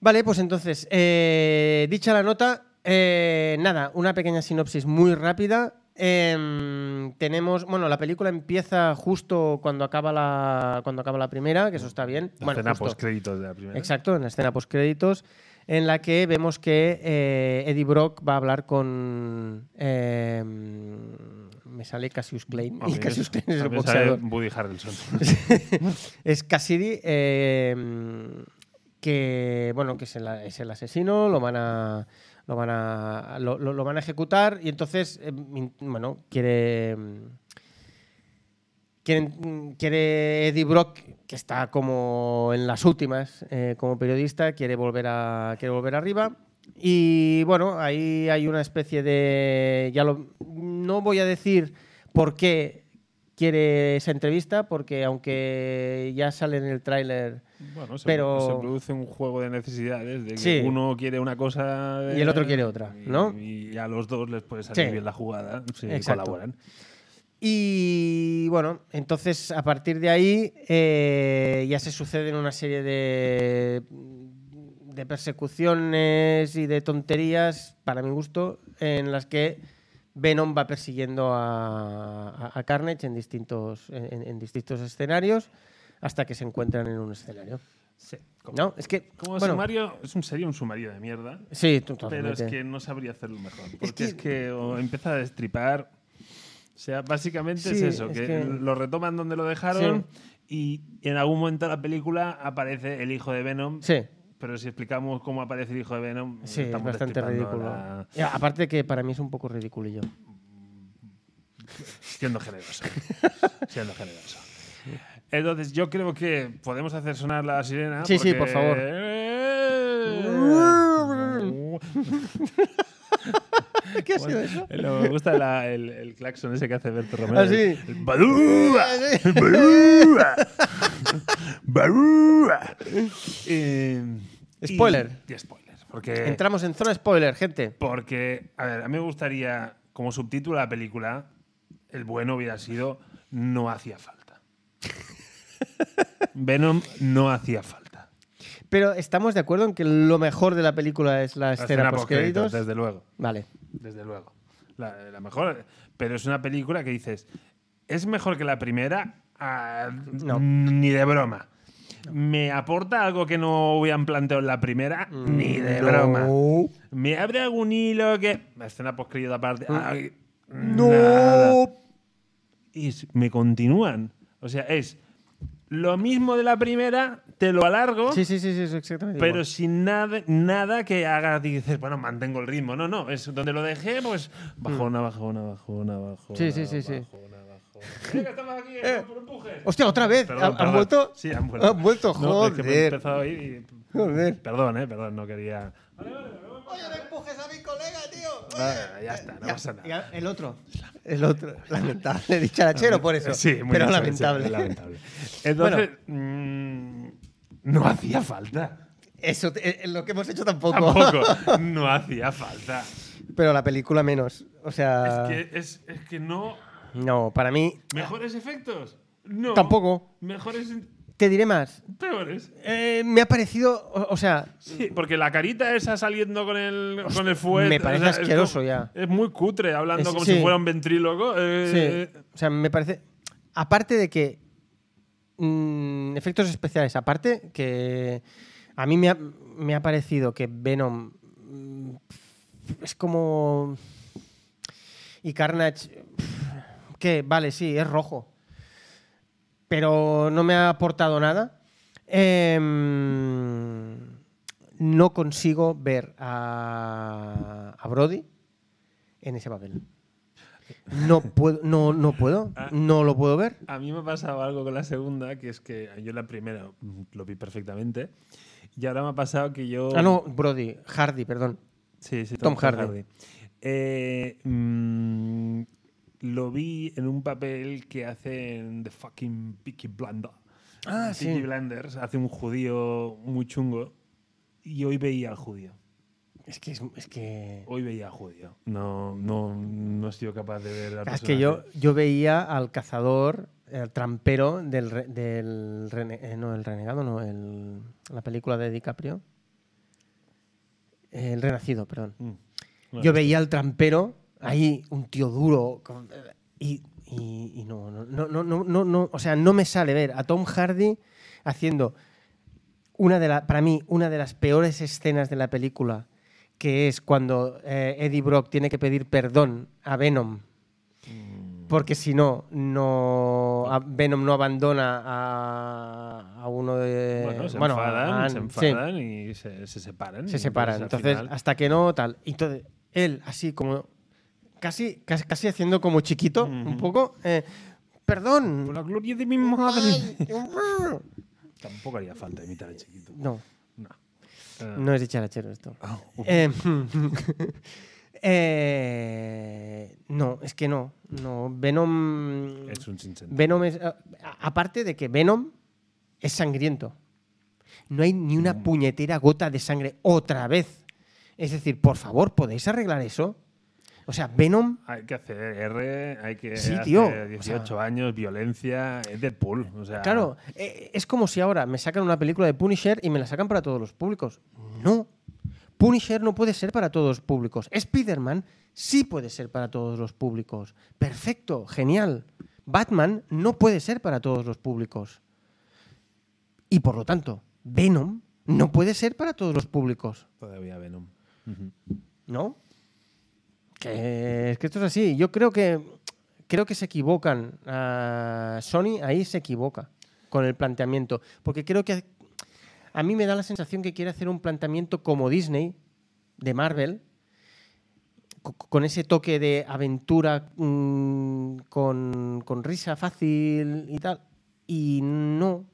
Vale, pues entonces, eh, dicha la nota, eh, nada, una pequeña sinopsis muy rápida. Em, tenemos, bueno, la película empieza justo cuando acaba la, cuando acaba la primera, que eso está bien.
La pues,
Bueno,
escena
justo.
post-créditos de la primera.
Exacto, en la escena postcréditos, en la que vemos que eh, Eddie Brock va a hablar con. eh, me sale Cassius Klein.
A
Y
mí
Cassius
es-
Klein es
a
el
mí me sale
boxeador.
Woody Harrelson.
Es Cassidy. eh, que bueno, que es el, es el asesino, lo van a. Lo van a. Lo, lo- lo van a ejecutar. Y entonces, eh, in- bueno, quiere. mm, quieren- quiere Eddie Brock, que está como en las últimas eh, como periodista, quiere volver, a, quiere volver arriba. Y bueno, ahí hay una especie de... Ya lo, no voy a decir por qué quiere esa entrevista, porque aunque ya sale en el tráiler
Bueno, se,
Pero-
se produce un juego de necesidades de que
Sí.
uno quiere una cosa de-
Y el otro quiere otra,
y-
¿no?
Y a los dos les puede salir
Sí.
bien la jugada si
Exacto.
colaboran.
Y bueno, entonces a partir de ahí eh, ya se suceden una serie de, de persecuciones y de tonterías, para mi gusto, en las que Venom va persiguiendo a, a- a Carnage en distintos, en, en distintos escenarios hasta que se encuentran en un escenario.
Sí, como,
¿No? Es que.
como
bueno,
sumario, es un, sería un sumario de mierda.
Sí,
Pero es
totalmente.
que no sabría hacerlo mejor. Porque es
que-
que, o empieza a destripar. O sea, básicamente es
Sí,
eso,
es
que,
que-
lo retoman donde lo dejaron y en algún momento de la película aparece el hijo de Venom.
Sí.
Pero si explicamos cómo aparece el hijo de Venom,
Sí, es
estamos
bastante
destripando
ridículo.
la-
Ya, Aparte que para mí es un poco ridiculillo.
Siendo generoso. ¿eh? siendo generoso. Entonces, yo creo que podemos hacer sonar la sirena.
Sí, sí, por
porque- Eh,
favor. ¿Qué ha sido eso?
Lo- me gusta la- el, el claxon ese que hace Berto Romero.
Ah, sí.
El- el badúa, el badúa, badúa. Eh, y-
Spoiler.
y spoiler. Porque,
Entramos en zona spoiler, gente.
porque, a ver, a mí me gustaría, como subtítulo de la película, el bueno hubiera sido No hacía falta. Venom no hacía falta.
Pero estamos de acuerdo en que lo mejor de la película es la escena post
postcréditos, desde luego.
Vale.
desde luego. La, la mejor. Pero es una película que dices, es mejor que la primera, Ah,
No.
ni de broma. ¿Me aporta algo que no hubieran planteado en la primera? Ni de
Mm, No.
broma. ¿Me abre algún hilo que.? La escena poscrita aparte. Ay,
Mm. No.
nada. Y es- me continúan. O sea, es lo mismo de la primera, te lo alargo.
Sí, sí, sí, sí, es exactamente.
Pero
igual.
sin nada, nada que haga, dices, bueno, mantengo el ritmo. No, no, es donde lo dejé, pues bajón, bajona, bajona, bajona.
Hmm. Sí, sí, sí, sí. Eh,
bajona, bajona. Venga, estamos aquí, no, por empujes.
Hostia, otra vez.
Perdón,
¿Han- ¿Han
perdón.
vuelto?
Sí, han vuelto.
Han vuelto,
No, es que me he
joder.
empezado a ir y-
Joder.
Perdón, eh, perdón, no quería.
Oye, no empujes a mi colega, tío.
Nada, ya está, no pasa nada.
el otro. El otro. Lamentable. Dicharachero por eso.
Sí, muy
Pero
bien, sí,
lamentable.
sí, lamentable. Entonces, mm, no hacía falta.
Eso eh, eh, lo que hemos hecho tampoco.
Tampoco, no hacía falta.
Pero la película menos. O sea.
Es que, es, es que no.
No, para mí.
¿Mejores efectos? No.
Tampoco.
Mejores,
Te diré más.
peores.
Eh, me ha parecido. O, o sea.
Sí, porque la carita esa saliendo con el, con el fuet,
me parece
o sea, es
asqueroso
como-
ya.
Es muy cutre, hablando
Es-
como
sí.
si fuera un ventríloco. eh,
sí. O sea, me parece. Aparte de que. mm, efectos especiales. Aparte que. A mí me ha, me ha parecido que Venom. mm, Es como. Y Carnage. Que vale, sí, es rojo. Pero no me ha aportado nada. Em, no consigo ver a, a Brody en ese papel. No puedo, no, no puedo, no lo puedo ver.
A mí me ha pasado algo con la segunda, que es que yo en la primera mm, lo vi perfectamente. Y ahora me ha pasado que yo.
Ah, no, Brody, Hardy, perdón.
Sí, sí,
Tom Hardy.
Eh, mm, lo vi en un papel que hace en The Fucking Peaky Blender.
Ah,
Peaky
sí.
Blinders hace un judío muy chungo. Y hoy veía al judío.
Es que es, es que.
Hoy veía al judío. No, no, no he sido capaz de ver al
Es que
personaje.
yo, yo veía al cazador, el trampero del, re- del rene- eh, no, el renegado, no, el- la película de DiCaprio. El renacido, perdón.
Mm. No,
Yo veía al trampero, ahí, un tío duro, con- y, y- y no, no, no, no, no, no, no, o sea, no me sale ver a Tom Hardy haciendo una de la, para mí, una de las peores escenas de la película, que es cuando eh, Eddie Brock tiene que pedir perdón a Venom,
Mm.
porque si no, no a- Venom no abandona a, a uno de...
Bueno, se
bueno, a
enfadan, se
Ann, sí
enfadan y se, se separan.
se
Y
separan.
Mm, al
Entonces,
final-
hasta que no tal. Y Entonces, él así como casi casi, casi haciendo como chiquito un poco, eh,
Por
perdón.
la gloria de mi madre.
Ay,
Tampoco haría falta imitar al chiquito.
no,
No. Eh,
no es de charachero esto.
ah, uf.
Eh, eh, no, es que no, no Venom
es un sinsentido.
Venom es ah, a- aparte de que Venom es sangriento. No hay ni una puñetera gota de sangre otra vez. Es decir, por favor, ¿podéis arreglar eso? O sea, Venom
Hay que hacer R, hay que
Sí,
hacer
tío, o sea-
18 años, violencia, es Deadpool. O sea,
Claro, eh, es como si ahora me sacan una película de Punisher y me la sacan para todos los públicos. No, Punisher no puede ser para todos los públicos. Spider-Man sí puede ser para todos los públicos. Perfecto, genial. Batman no puede ser para todos los públicos. Y por lo tanto, Venom no puede ser para todos los públicos,
Todavía Venom.
¿no? Que, es que esto es así. Yo creo que creo que se equivocan. ah, Sony ahí se equivoca con el planteamiento. Porque creo que a mí me da la sensación que quiere hacer un planteamiento como Disney, de Marvel, co- con ese toque de aventura mm, con, con risa fácil y tal. Y no.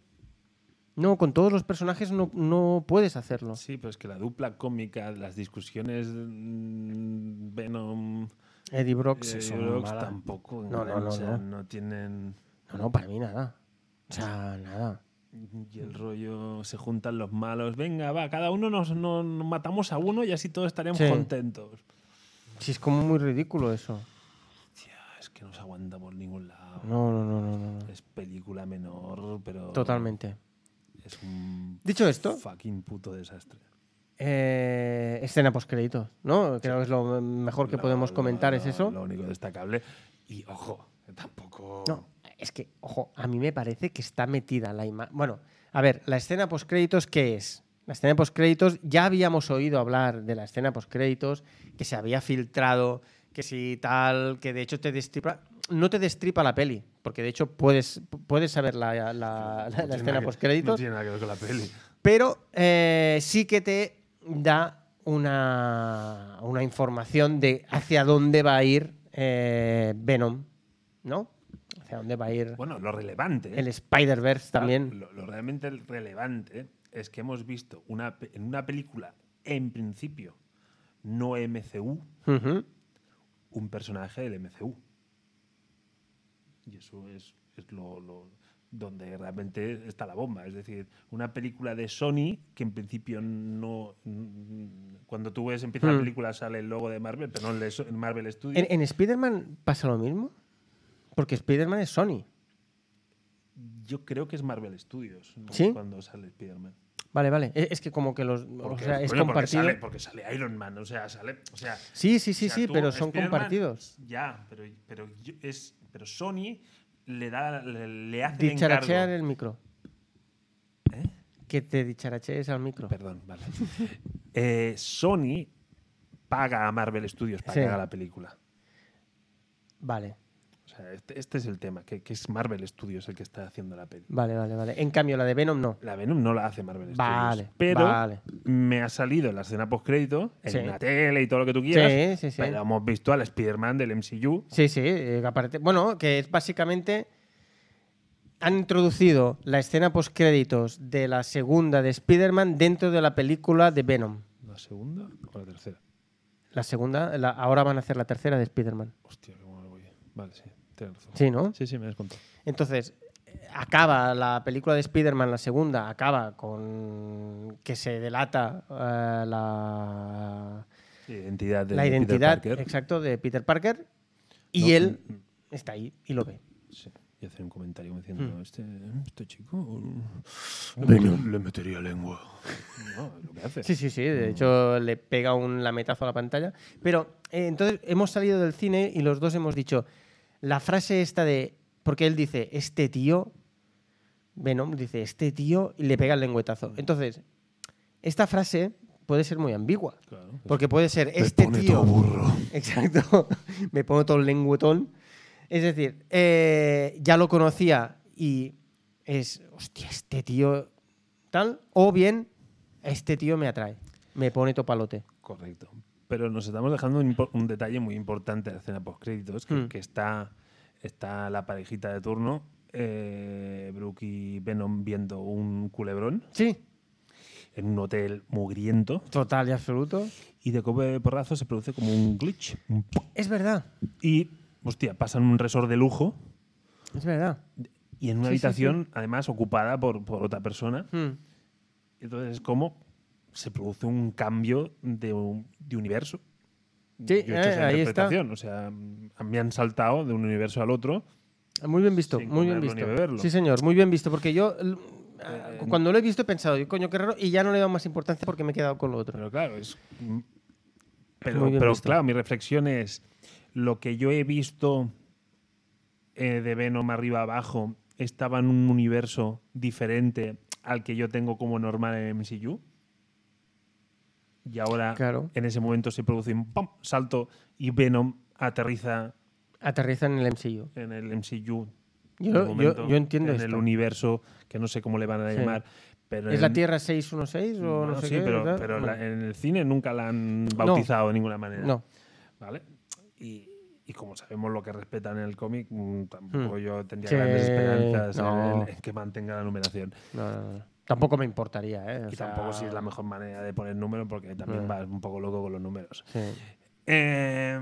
No, con todos los personajes no, no puedes hacerlo.
Sí, pero es que la dupla cómica, las discusiones mm, Venom,
Eddie Brock
eh,
son
Brooks
mala.
tampoco
No, no, no,
enganchan, no tienen...
No, no, para mí nada. O sea, nada.
Y el rollo, se juntan los malos. Venga, va, cada uno nos, no- nos matamos a uno y así todos estaremos
Sí.
contentos.
Sí, es como muy ridículo eso.
Hostia, es que no se aguanta por ningún lado.
No, no, no, no, no. no.
Es película menor, pero.
Totalmente.
Es un
Dicho esto,
fucking puto desastre.
eh, escena postcréditos, ¿no? Creo que es lo mejor que
Lo-
podemos
lo-
comentar, es
lo-
eso.
Lo único destacable. Y ojo, que tampoco.
No, es que, ojo, a mí me parece que está metida la imagen. Bueno, a ver, la escena postcréditos, ¿qué es? La escena postcréditos, ya habíamos oído hablar de la escena postcréditos, que se había filtrado, que si tal, que de hecho te destripa. No te destripa la peli, porque de hecho puedes, puedes saber la, la- la- la
No tiene nada
escena
que-
postcréditos.
No tiene nada que ver con la peli.
Pero eh, sí que te da una, una información de hacia dónde va a ir eh, Venom, ¿no? Hacia dónde va a ir
Bueno, lo relevante.
el Spider-Verse
Claro,
también.
Lo, lo realmente relevante es que hemos visto una, pe- en una película, en principio, no MCU,
Ujú.
un personaje del MCU. Y eso es, es lo, lo- donde realmente está la bomba. Es decir, una película de Sony que en principio no. mm, Cuando tú ves, empieza la
Mm.
película, sale el logo de Marvel, pero no el de So- Marvel Studios.
¿En, en Spider-Man pasa lo mismo? Porque Spider-Man es Sony.
Yo creo que es Marvel Studios
¿Sí?
cuando sale Spider-Man.
Vale, vale. E, Es, es que como que los... o
Porque,
sea, es
coño, porque
compartido.
sale- Porque sale, Iron Man, o sea, sale. O sea,
Sí, sí, sí,
o sea,
sí,
tú,
pero son
Spider-Man,
compartidos.
Ya, pero, pero, yo- es, pero Sony le, da, le, le hace el encargo.
Dicharachear el micro.
¿Eh?
Que te dicharachees al micro.
Perdón, vale. Eh, Sony paga a Marvel Studios para
Sí.
que haga la película.
Vale,
O sea, este, este es el tema, que, que es Marvel Studios el que está haciendo la peli.
vale, vale, vale. En cambio, la de Venom no.
La Venom no la hace Marvel
Vale,
Studios. Pero
vale.
me ha salido en la escena postcrédito, en
Sí.
la tele y todo lo que tú quieras.
Sí, sí, sí.
Pero hemos visto al Spider-Man del MCU.
Sí, sí, eh, aparte. Bueno, que es básicamente. Han introducido la escena postcréditos de la segunda de Spider-Man dentro de la película de Venom.
¿La segunda o la tercera?
La segunda, la- ahora van a hacer la tercera de Spider-Man.
Hostia, qué bueno lo voy. Vale, sí, tienes razón.
Sí, ¿no?
Sí, sí, me has contado.
Entonces, eh, acaba la película de Spider-Man, la segunda, acaba con que se delata eh, la,
Identidad de
la
Peter
identidad
Parker.
exacto de Peter Parker y
No, mm,
él está ahí y lo ve.
Sí, y hacer un comentario como diciendo, este, este chico le, le metería lengua. No, es lo que hace.
Sí, sí, sí. De hecho, le pega un lametazo a la pantalla. Pero eh, entonces hemos salido del cine y los dos hemos dicho la frase esta de. Porque él dice, este tío. Venom dice, este tío. Y le pega el lengüetazo. Entonces, esta frase puede ser muy ambigua.
Claro.
Porque puede ser, este
pone
tío.
todo burro.
Exacto. Me pongo todo el lengüetón. Es decir, eh, ya lo conocía y es, hostia, este tío tal. O bien, este tío me atrae. Me pone topalote.
Correcto. Pero nos estamos dejando un, impo- un detalle muy importante de la escena post-créditos, que,
Mm.
que está, está la parejita de turno, eh, Brooke y Venom viendo un culebrón
Sí,
en un hotel mugriento,
total y absoluto.
y de cope de porrazo se produce como un glitch. un ¡pum!
Es verdad,
Y, hostia, pasan un resort de lujo
es verdad.
y en una
Sí, sí,
habitación, además, ocupada por, por otra persona.
Hmm.
Entonces es como se produce un cambio de, un- de universo.
Sí,
Yo he hecho
eh,
esa
ahí está.
interpretación. O sea, mm, me han saltado de un universo al otro.
Muy bien visto,
Sin
muy bien
comerlo ni
visto.
beberlo.
Sí, señor, muy bien visto. Porque yo l- ah,
Eh,
Cuando lo he visto he pensado, "Yo, coño, qué raro, y ya no le he dado más importancia porque me he quedado con lo otro.
Pero claro, es. Pero,
Muy bien
pero
visto.
claro, mi reflexión es: lo que yo he visto eh, de Venom arriba abajo estaba en un universo diferente al que yo tengo como normal en el MCU. Y ahora,
Claro.
en ese momento, se produce un ¡pum! salto y Venom aterriza
Aterriza en el MCU.
en el MCU.
Yo-
de
yo- yo entiendo
En el
esto.
universo, que no sé cómo le van a
Sí.
llamar. Pero
¿Es la
en-
Tierra 616 o no,
Bueno,
sé
sí,
qué?
pero,
¿verdad?
pero
Bueno,
la- eh, en el cine nunca la han bautizado de ninguna manera.
No.
¿Vale? Y, y como sabemos lo que respetan en el cómic, mm, tampoco
Hmm.
yo tendría
Sí,
grandes esperanzas en
no.
el- en que mantenga la numeración.
no, no, no. Tampoco me importaría, ¿eh? O
y
sea,
tampoco si es la mejor manera de poner números, porque también
Eh.
vas un poco loco con los números.
sí.
Eh,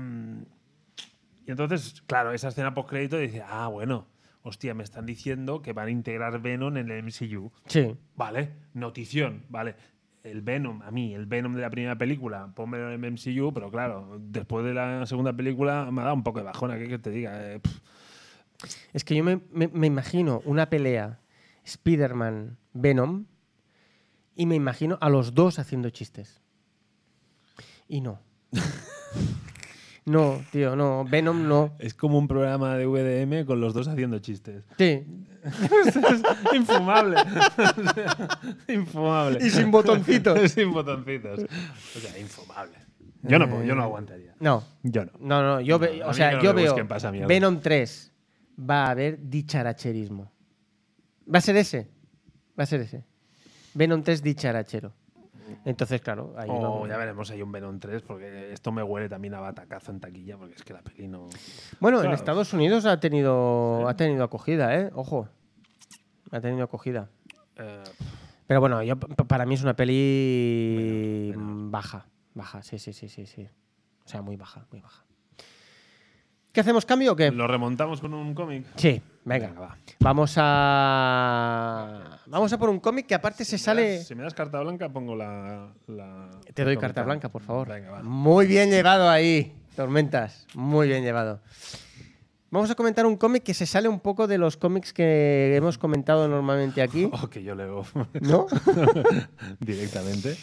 y entonces, claro, esa escena post-crédito dice, ah, bueno, hostia, me están diciendo que van a integrar Venom en el MCU.
Sí.
Vale, notición, vale. El Venom, a mí, el Venom de la primera película, pónmelo en el MCU, pero claro, después de la segunda película me ha dado un poco de bajona, que, que te diga. eh, pff,
Es que yo me, me- me imagino una pelea Spider-Man Venom y me imagino a los dos haciendo chistes. Y no. no, tío, no. Venom no.
es como un programa de VDM con los dos haciendo chistes.
Sí.
es infumable. infumable.
Y sin botoncitos.
sin botoncitos. O sea, infumable. Yo no, puedo, yo no aguantaría.
No.
Yo no.
No, no, yo, ve-
No, a
o
mí
sea,
que no
yo
me
veo
busquen pa' esa mierda.
Venom 3 va a haber dicharacherismo. Va a ser ese. Va a ser ese. Venom 3 dicharachero. Entonces, claro, ahí
O
vamos.
Oh, ya veremos, hay un Venom 3, porque esto me huele también a batacazo en taquilla, porque es que la peli no.
Bueno, en
Claro.
Estados Unidos ha tenido ha tenido acogida, eh, ojo. Ha tenido acogida.
eh,
Pero bueno, yo p- para mí es una peli mm, baja, baja, sí, sí, sí, sí, sí. O sea, muy baja, muy baja. ¿Qué hacemos cambio o qué?
¿Lo remontamos con un cómic?
Sí, venga.
va.
Vamos a. Vamos a por un cómic que aparte se
Si me
sale.
das- si me das carta blanca, pongo la. la-
Te doy
la
carta
cometa.
blanca, por favor.
Venga, va.
Muy bien llevado ahí, Tormentas. Muy bien llevado. Vamos a comentar un cómic que se sale un poco de los cómics que hemos comentado normalmente aquí.
Oh, que yo leo
¿No?
directamente.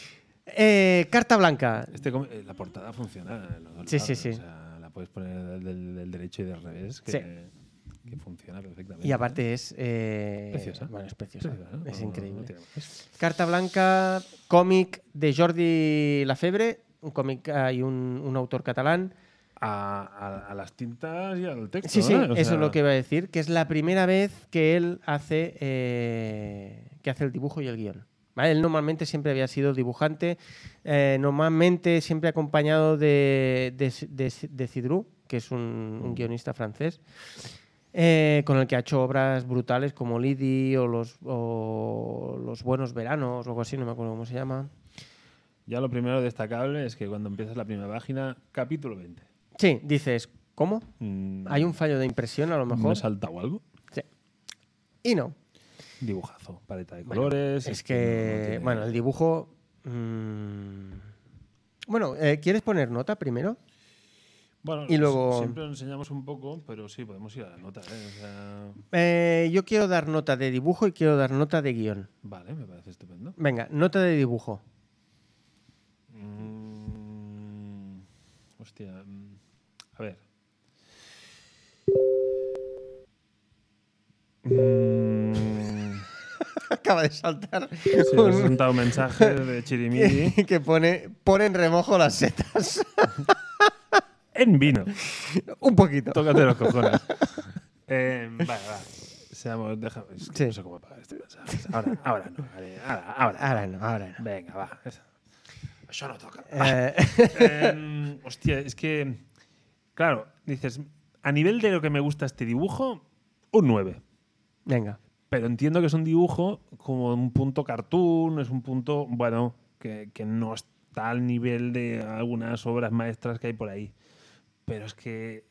Eh, carta blanca.
Este com- eh, la portada funciona. eh, en los dos
Sí, sí, sí.
O sea, la puedes poner del, del derecho y del revés, que,
Sí.
que funciona perfectamente.
Y aparte es. eh,
Preciosa.
Bueno, es preciosa.
Preciosa, ¿no?
Es
No, no,
increíble.
no tiene más.
Carta Blanca, cómic de Jordi Lafebre, un cómic ah, y un, un autor catalán.
A, a- a las tintas y al texto.
Sí, sí,
¿eh? O
eso
sea,
es lo que iba a decir, que es la primera vez que él hace, eh, que hace el dibujo y el guión. ¿vale? Él normalmente siempre había sido dibujante, eh, normalmente siempre acompañado de, de, de, de Cidru, que es un,
Mm.
un guionista francés, eh, con el que ha hecho obras brutales como Lidi o los, o los Buenos Veranos o algo así, no me acuerdo cómo se llama.
Ya lo primero destacable es que cuando empiezas la primera página, capítulo 20.
Sí, dices, ¿cómo?
Mm,
¿Hay un fallo de impresión a lo
¿Me he
mejor?
saltado algo?
Sí. Y no.
Dibujazo, paleta de colores.
Es
que no- no
que,
tiene-
bueno, el dibujo... mm, Bueno, eh, ¿quieres poner nota primero?
Bueno,
Y luego-
siempre lo enseñamos un poco, pero sí, podemos ir a la nota. ¿eh? O sea,
Eh, yo quiero dar nota de dibujo y quiero dar nota de guión.
vale, me parece estupendo.
Venga, nota de dibujo.
Mm, hostia. mm, A ver. Mm,
Acaba de saltar
sí, me he
un-
sentado mensajes de Chirimiri
que pone, pone en remojo las setas.
en vino.
Un poquito.
Tócate los cojones. Eh, vale, va. Seamos, déjame. es que
Sí.
No sé cómo apagar este mensaje. Ahora, ahora no. vale, ahora, ahora.
Ahora no, ahora no.
Venga, va. Eso no toca.
Eh,
Em, hostia, es que. Claro, dices, a nivel de lo que me gusta este dibujo, un 9.
venga.
Pero entiendo que es un dibujo como un punto cartoon, es un punto, bueno, que, que no está al nivel de algunas obras maestras que hay por ahí. Pero es que.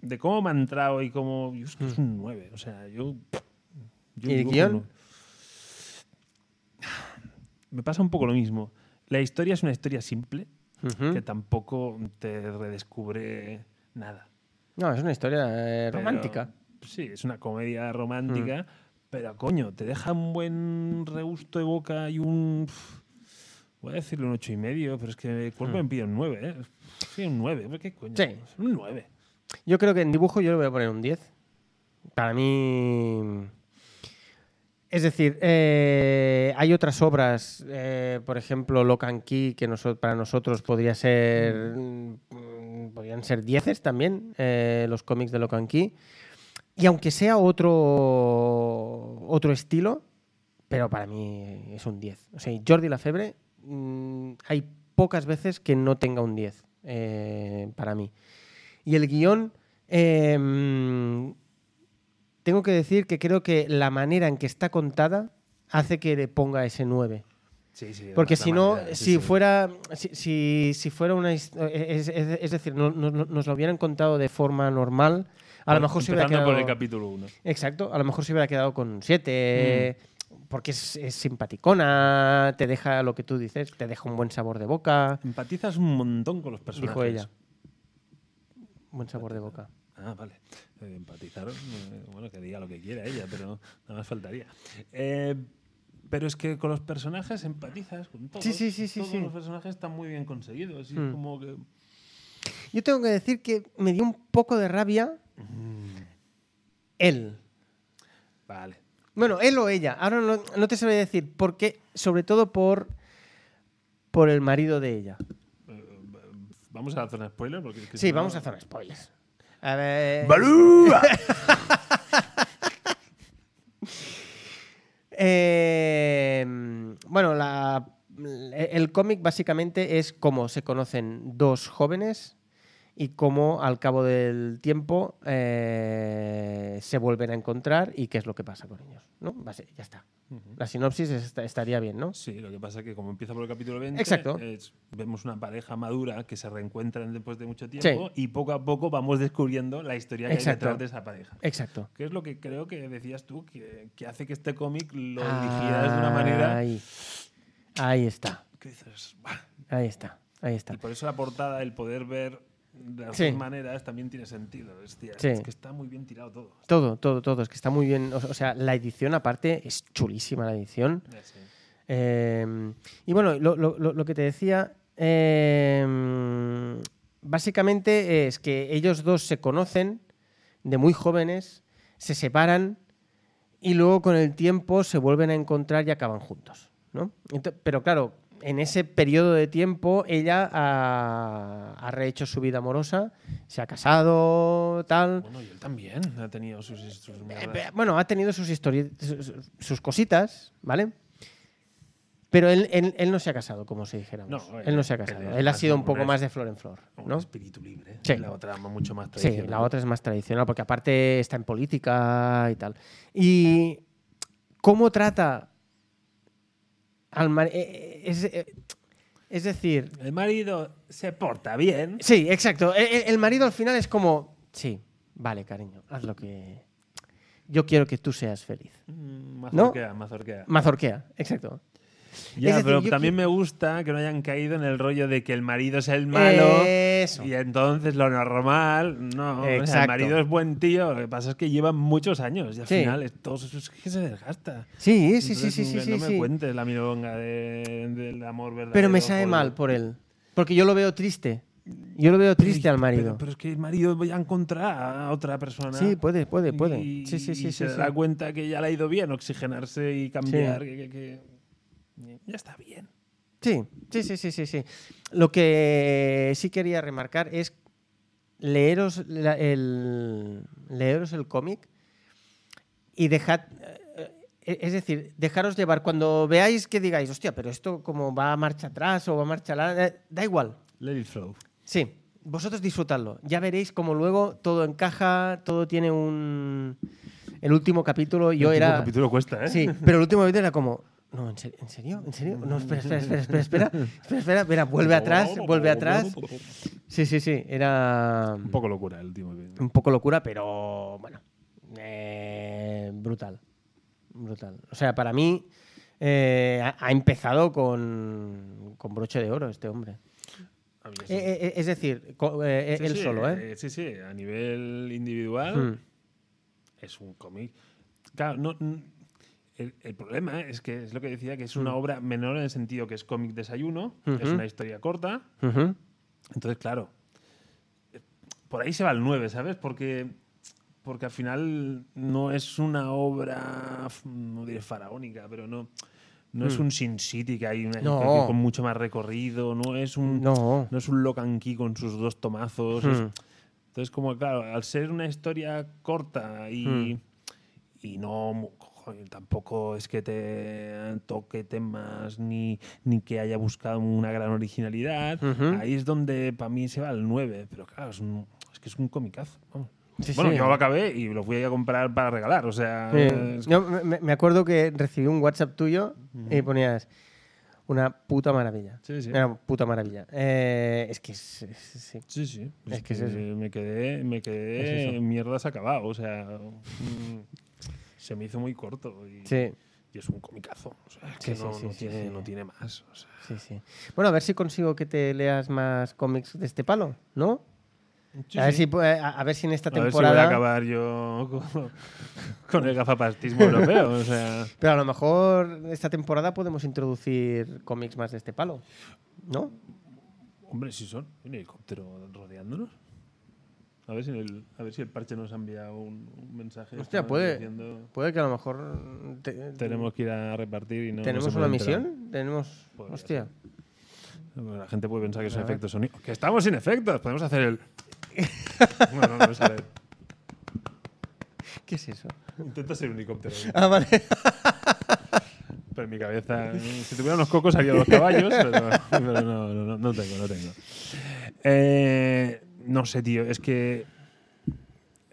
De cómo me ha entrado y cómo. yo es que es un 9. O sea, yo. yo
Hmm. ¿Y el
dibujo
guión?
no. Me pasa un poco lo mismo. La historia es una historia simple
Ujú.
que tampoco te redescubre nada.
No, es una historia eh,
Pero-
romántica. Mm.
sí, es una comedia romántica, Pero coño, te deja un buen regusto de boca y un. pf, Voy a decirle un ocho y medio, pero es que el cuerpo me pide un 9, ¿eh? Sí, un 9, ¿qué coño?
Mm. Sí.
Un 9.
Yo creo que en dibujo yo le voy a poner un 10. Para mí. Es decir, eh, hay otras obras, eh, por ejemplo, Lock and Key, que noso- para nosotros podría ser. mm, Podrían ser 10 también, eh, los cómics de Lock and Key. Y aunque sea otro, otro estilo, pero para mí es un 10. O sea, Jordi Lafebre, mm, hay pocas veces que no tenga un 10 eh, para mí. Y el guión, eh, mm, tengo que decir que creo que la manera en que está contada hace que le ponga ese 9.
Sí, sí.
Porque
la
si no,
manera, sí,
si
sí.
fuera, si, si- si fuera una, his- eh, es, es- es decir, no- no- no- nos lo hubieran contado de forma normal, a lo mejor se hubiera
Empezando
quedado
por el capítulo 1.
Exacto, a lo mejor se hubiera quedado con un 7,
Mm.
porque es, es simpaticona, te deja lo que tú dices, te deja un buen sabor de boca,
Empatizas un montón con los personajes.
dijo ella. Buen sabor de boca.
Ah, vale. Eh, Empatizar, eh, bueno, que diga lo que quiera ella, pero nada más faltaría. Eh, pero es que con los personajes empatizas, con todos.
Sí, sí, sí, sí,
Todos
sí.
los personajes están muy bien conseguidos. Y es
Mm.
como que...
Yo tengo que decir que me dio un poco de rabia
Mm.
él.
Vale.
Bueno, él o ella. Ahora no, no te sabría decir por qué, sobre todo por, por el marido de ella.
Vamos a la zona spoiler. Porque es que si
Sí,
no- Eh,
vamos a hacer spoilers. A ver. Eh, bueno, la- el cómic básicamente es cómo se conocen dos jóvenes y cómo al cabo del tiempo eh, se vuelven a encontrar y qué es lo que pasa con ellos. ¿no? Basi- ya está.
Ujú.
La sinopsis est- estaría bien, ¿no?
Sí, lo que pasa es que como empieza por el capítulo 20,
Exacto.
es- vemos una pareja madura que se reencuentran después de mucho tiempo y poco a poco vamos descubriendo la historia que
Exacto.
hay detrás de esa pareja.
Exacto.
Que es lo que creo que decías tú, que, que hace que este cómic lo digieras de una manera
Ahí. Ahí está.
que dices, "Buah".
Ahí está. Ahí está.
Y por eso la portada, el poder ver de las
Sí.
dos maneras, también tiene sentido. Hostia,
Sí.
Es que está muy bien tirado todo.
Todo, todo, todo. Es que está muy bien. O o sea, la edición aparte es chulísima la edición.
Ya sé.
Eh, y bueno, lo, lo- lo- lo que te decía, eh, básicamente es que ellos dos se conocen de muy jóvenes, se separan y luego con el tiempo se vuelven a encontrar y acaban juntos. ¿no? Ento- pero claro, en ese periodo de tiempo ella ha, ha rehecho su vida amorosa, se ha casado, tal.
Bueno, y él también ha tenido sus, sus
Eh,
mierdas.
pe- Bueno, ha tenido sus, histori- sus, sus cositas, ¿vale? Pero él, él- él no se ha casado, como se dijéramos.
No,
él no se ha
él
casado.
es
Él ha
más
sido un
una-
poco más de flor en flor,
Un
¿no?
espíritu libre.
Sí.
La otra mucho más
Sí,
tradicional.
la otra es más tradicional, porque aparte está en política y tal. ¿Y cómo trata al mar- eh, eh, Es, eh, es decir,
El marido se porta bien.
sí, exacto. e- e- El, marido al final es como, sí, vale, cariño, haz lo que... Yo quiero que tú seas feliz.
Mm,
¿No?
Mazorquea, mazorquea.
Mazorquea, exacto.
Ya,
Es decir,
pero
yo
también
qui-
me gusta que no hayan caído en el rollo de que el marido es el malo
Eso.
y entonces lo normal. No, o sea,
Exacto.
el marido es buen tío. Lo que pasa es que llevan muchos años y al
Sí.
final es- todo eso es que se desgasta.
Sí, sí, sí,
Entonces,
sí, sí,
que
sí.
No me
sí.
cuentes la milonga de- del amor verdadero.
Pero me sabe
por-
mal por él. Porque yo lo veo triste. Yo lo veo triste
Pero-
al marido.
Pero, pero es que el marido ya encontrará a otra persona.
Sí, puede, puede, puede.
Y,
Sí, sí, sí,
y se
sí, sí.
da cuenta que ya le ha ido bien oxigenarse y cambiar. que- que- que ya está bien.
Sí, sí, sí, sí, sí, sí. Lo que sí quería remarcar es leeros la- el, leeros el cómic y dejad... eh, eh, Es decir, dejaros llevar. Cuando veáis que digáis, hostia, pero esto como va a marcha atrás o va a marcha... la-", eh, Da igual,
Let it flow.
Sí, vosotros disfrutadlo. Ya veréis como luego todo encaja, todo tiene un. El último capítulo yo
El último
era.
capítulo cuesta, ¿eh?
Sí, pero el último capítulo era como. No, ¿en, ser- en serio? ¿En serio? No, espera, espera, espera, espera, espera. Espera, espera, espera, vuelve atrás, vuelve atrás. Sí, sí, sí. Era
Un poco locura el último.
un poco locura, pero bueno. eh, brutal. Brutal. O sea, para mí eh, ha, ha empezado con, con broche de oro este hombre.
A mí eso.
Eh, eh, eh, es decir, co- eh, eh,
Sí,
él
sí,
solo, ¿eh?
Sí, sí, a nivel individual
Mm.
es un cómic. Claro, no, n- El, el problema es que es lo que decía, que es una obra menor en el sentido que es cómic desayuno, es
Hmm. Ujú.
una historia corta.
Ujú.
Entonces, claro, eh, por ahí se va el 9, ¿sabes? Porque, porque al final no es una obra, f- no diré faraónica, pero no, no es un Sin City que hay una-
Hmm. No.
que- que con mucho más recorrido, no es un,
No. Hmm.
es un Lock and Key con sus dos tomazos. es- entonces, como claro, al ser una historia corta y,
Hmm.
y no mu- joder, tampoco es que te toque temas ni, ni que haya buscado una gran originalidad,
Ujú.
ahí es donde para mí se va el 9. Pero claro, es, un- es que es un comicazo. vamos.
Sí,
bueno,
sí.
yo lo acabé y lo fui a comprar para regalar. O sea,
Sí.
Ah, es-
Eh, Yo me, me acuerdo que recibí un WhatsApp tuyo y ponías una puta maravilla.
Sí, sí.
Era una puta maravilla. Eh, es que es- es- es- sí.
Sí, sí.
Es que es eso.
me quedé, me quedé
Es eso.
mierdas acabado. O sea, mm, se me hizo muy corto. Y,
Sí,
y es un comicazo. O sea, es
Sí,
que
sí,
no,
sí,
no
sí,
tiene,
sí.
no tiene más. o sea.
sí, sí. Bueno, a ver si consigo que te leas más cómics de este palo, ¿no? a, ver Si, pu- eh, a, a ver si en esta
A ver si voy
temporada.
a acabar yo con, con el gafapastismo europeo. O sea,
Pero a lo mejor esta temporada podemos introducir cómics más de este palo, ¿no?
hombre, si son. Hay un helicóptero rodeándonos. A ver si el, a ver si el parche nos ha enviado un, un mensaje.
Hostia,
¿no?
puede-
diciendo,
Puede que a lo mejor. te-
tenemos que ir a repartir y no. no
¿tenemos
se puede
una
enterar".
misión. Tenemos.
Podría
Hostia.
La gente puede pensar que son
A ver.
efectos sonidos. Que estamos sin efectos. Podemos hacer el. bueno, no, no sale.
¿Qué es eso?
Intenta ser un helicóptero.
Ah, vale.
Pero en mi cabeza. eh, Si tuviera unos cocos, haría los caballos. Pero, pero no, no, no, no tengo, no tengo. Eh, no sé, tío. Es que.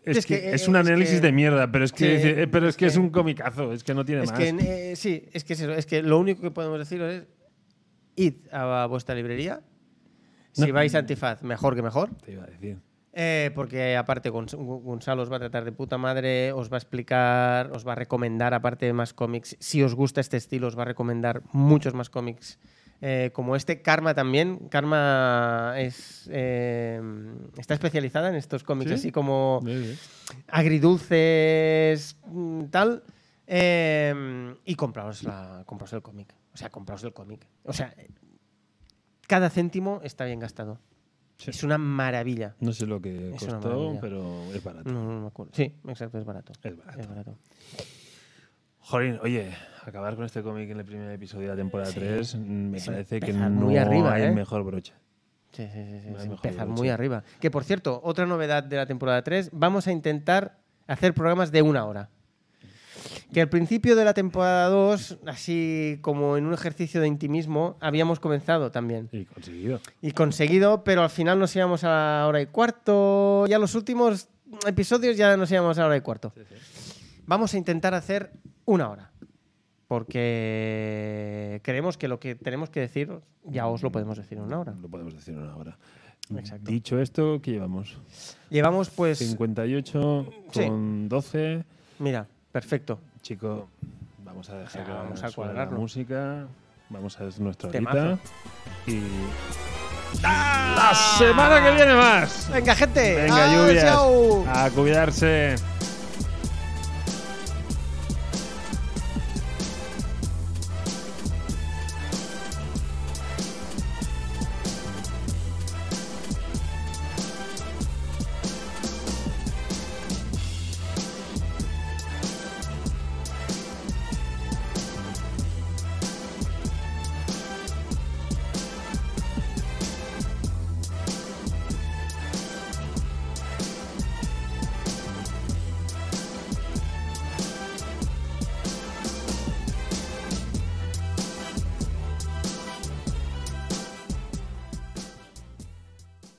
Es,
Es
que,
que,
es
eh,
un
es
análisis
que-
de mierda, pero es que,
Sí,
dice, eh, pero es,
es
que es
que-
un comicazo, es que no tiene
Es
más.
que, eh, sí, es que es eso. Es que lo único que podemos deciros es. Id a vuestra librería. Si
No.
vais a Antifaz, mejor que mejor.
Te iba a decir.
Eh, porque aparte Gonz- Gu- Gonzalo os va a tratar de puta madre, os va a explicar, os va a recomendar aparte de más cómics. Si os gusta este estilo, os va a recomendar muchos más cómics eh, como este. Karma también. Karma es, eh, está especializada en estos cómics
¿Sí?
así como
Sí, sí.
agridulces, mm, tal. eh, y compraos, la, compraos el cómic. O sea, compraos el cómic. O sea, cada céntimo está bien gastado.
Sí.
Es una maravilla.
No sé lo que
Es una
costó,
maravilla.
pero es barato.
No, no me acuerdo. Sí, exacto, es barato.
Es barato.
Es barato.
Jolín, oye, acabar con este cómic en el primer episodio de la temporada 3 me
Es
parece que
empezar
no
muy arriba,
hay
¿eh?
mejor broche.
Sí, sí, sí. sí,
Vale,
sí,
mejor
empezar
broche.
muy arriba. Que por cierto, otra novedad de la temporada 3, vamos a intentar hacer programas de una hora. Que al principio de la temporada 2, así como en un ejercicio de intimismo, habíamos comenzado también.
Y conseguido.
Y conseguido, pero al final nos íbamos a la hora y cuarto. Ya los últimos episodios ya nos íbamos a la hora y cuarto. Vamos a intentar hacer una hora. Porque creemos que lo que tenemos que decir ya os lo podemos decir en una hora.
Lo podemos decir en una hora.
Exacto.
Dicho esto, ¿qué llevamos?
Llevamos pues...
58
Sí.
con 12.
Mira, perfecto.
Chico, vamos a dejar
O sea,
que
vamos
suene
a
la
cuadrarlo.
música. Vamos a hacer nuestra horita.
Temazo.
Y. ¡La semana que viene más!
Venga, gente.
Venga,
Ah,
lluvias.
chao.
A cuidarse.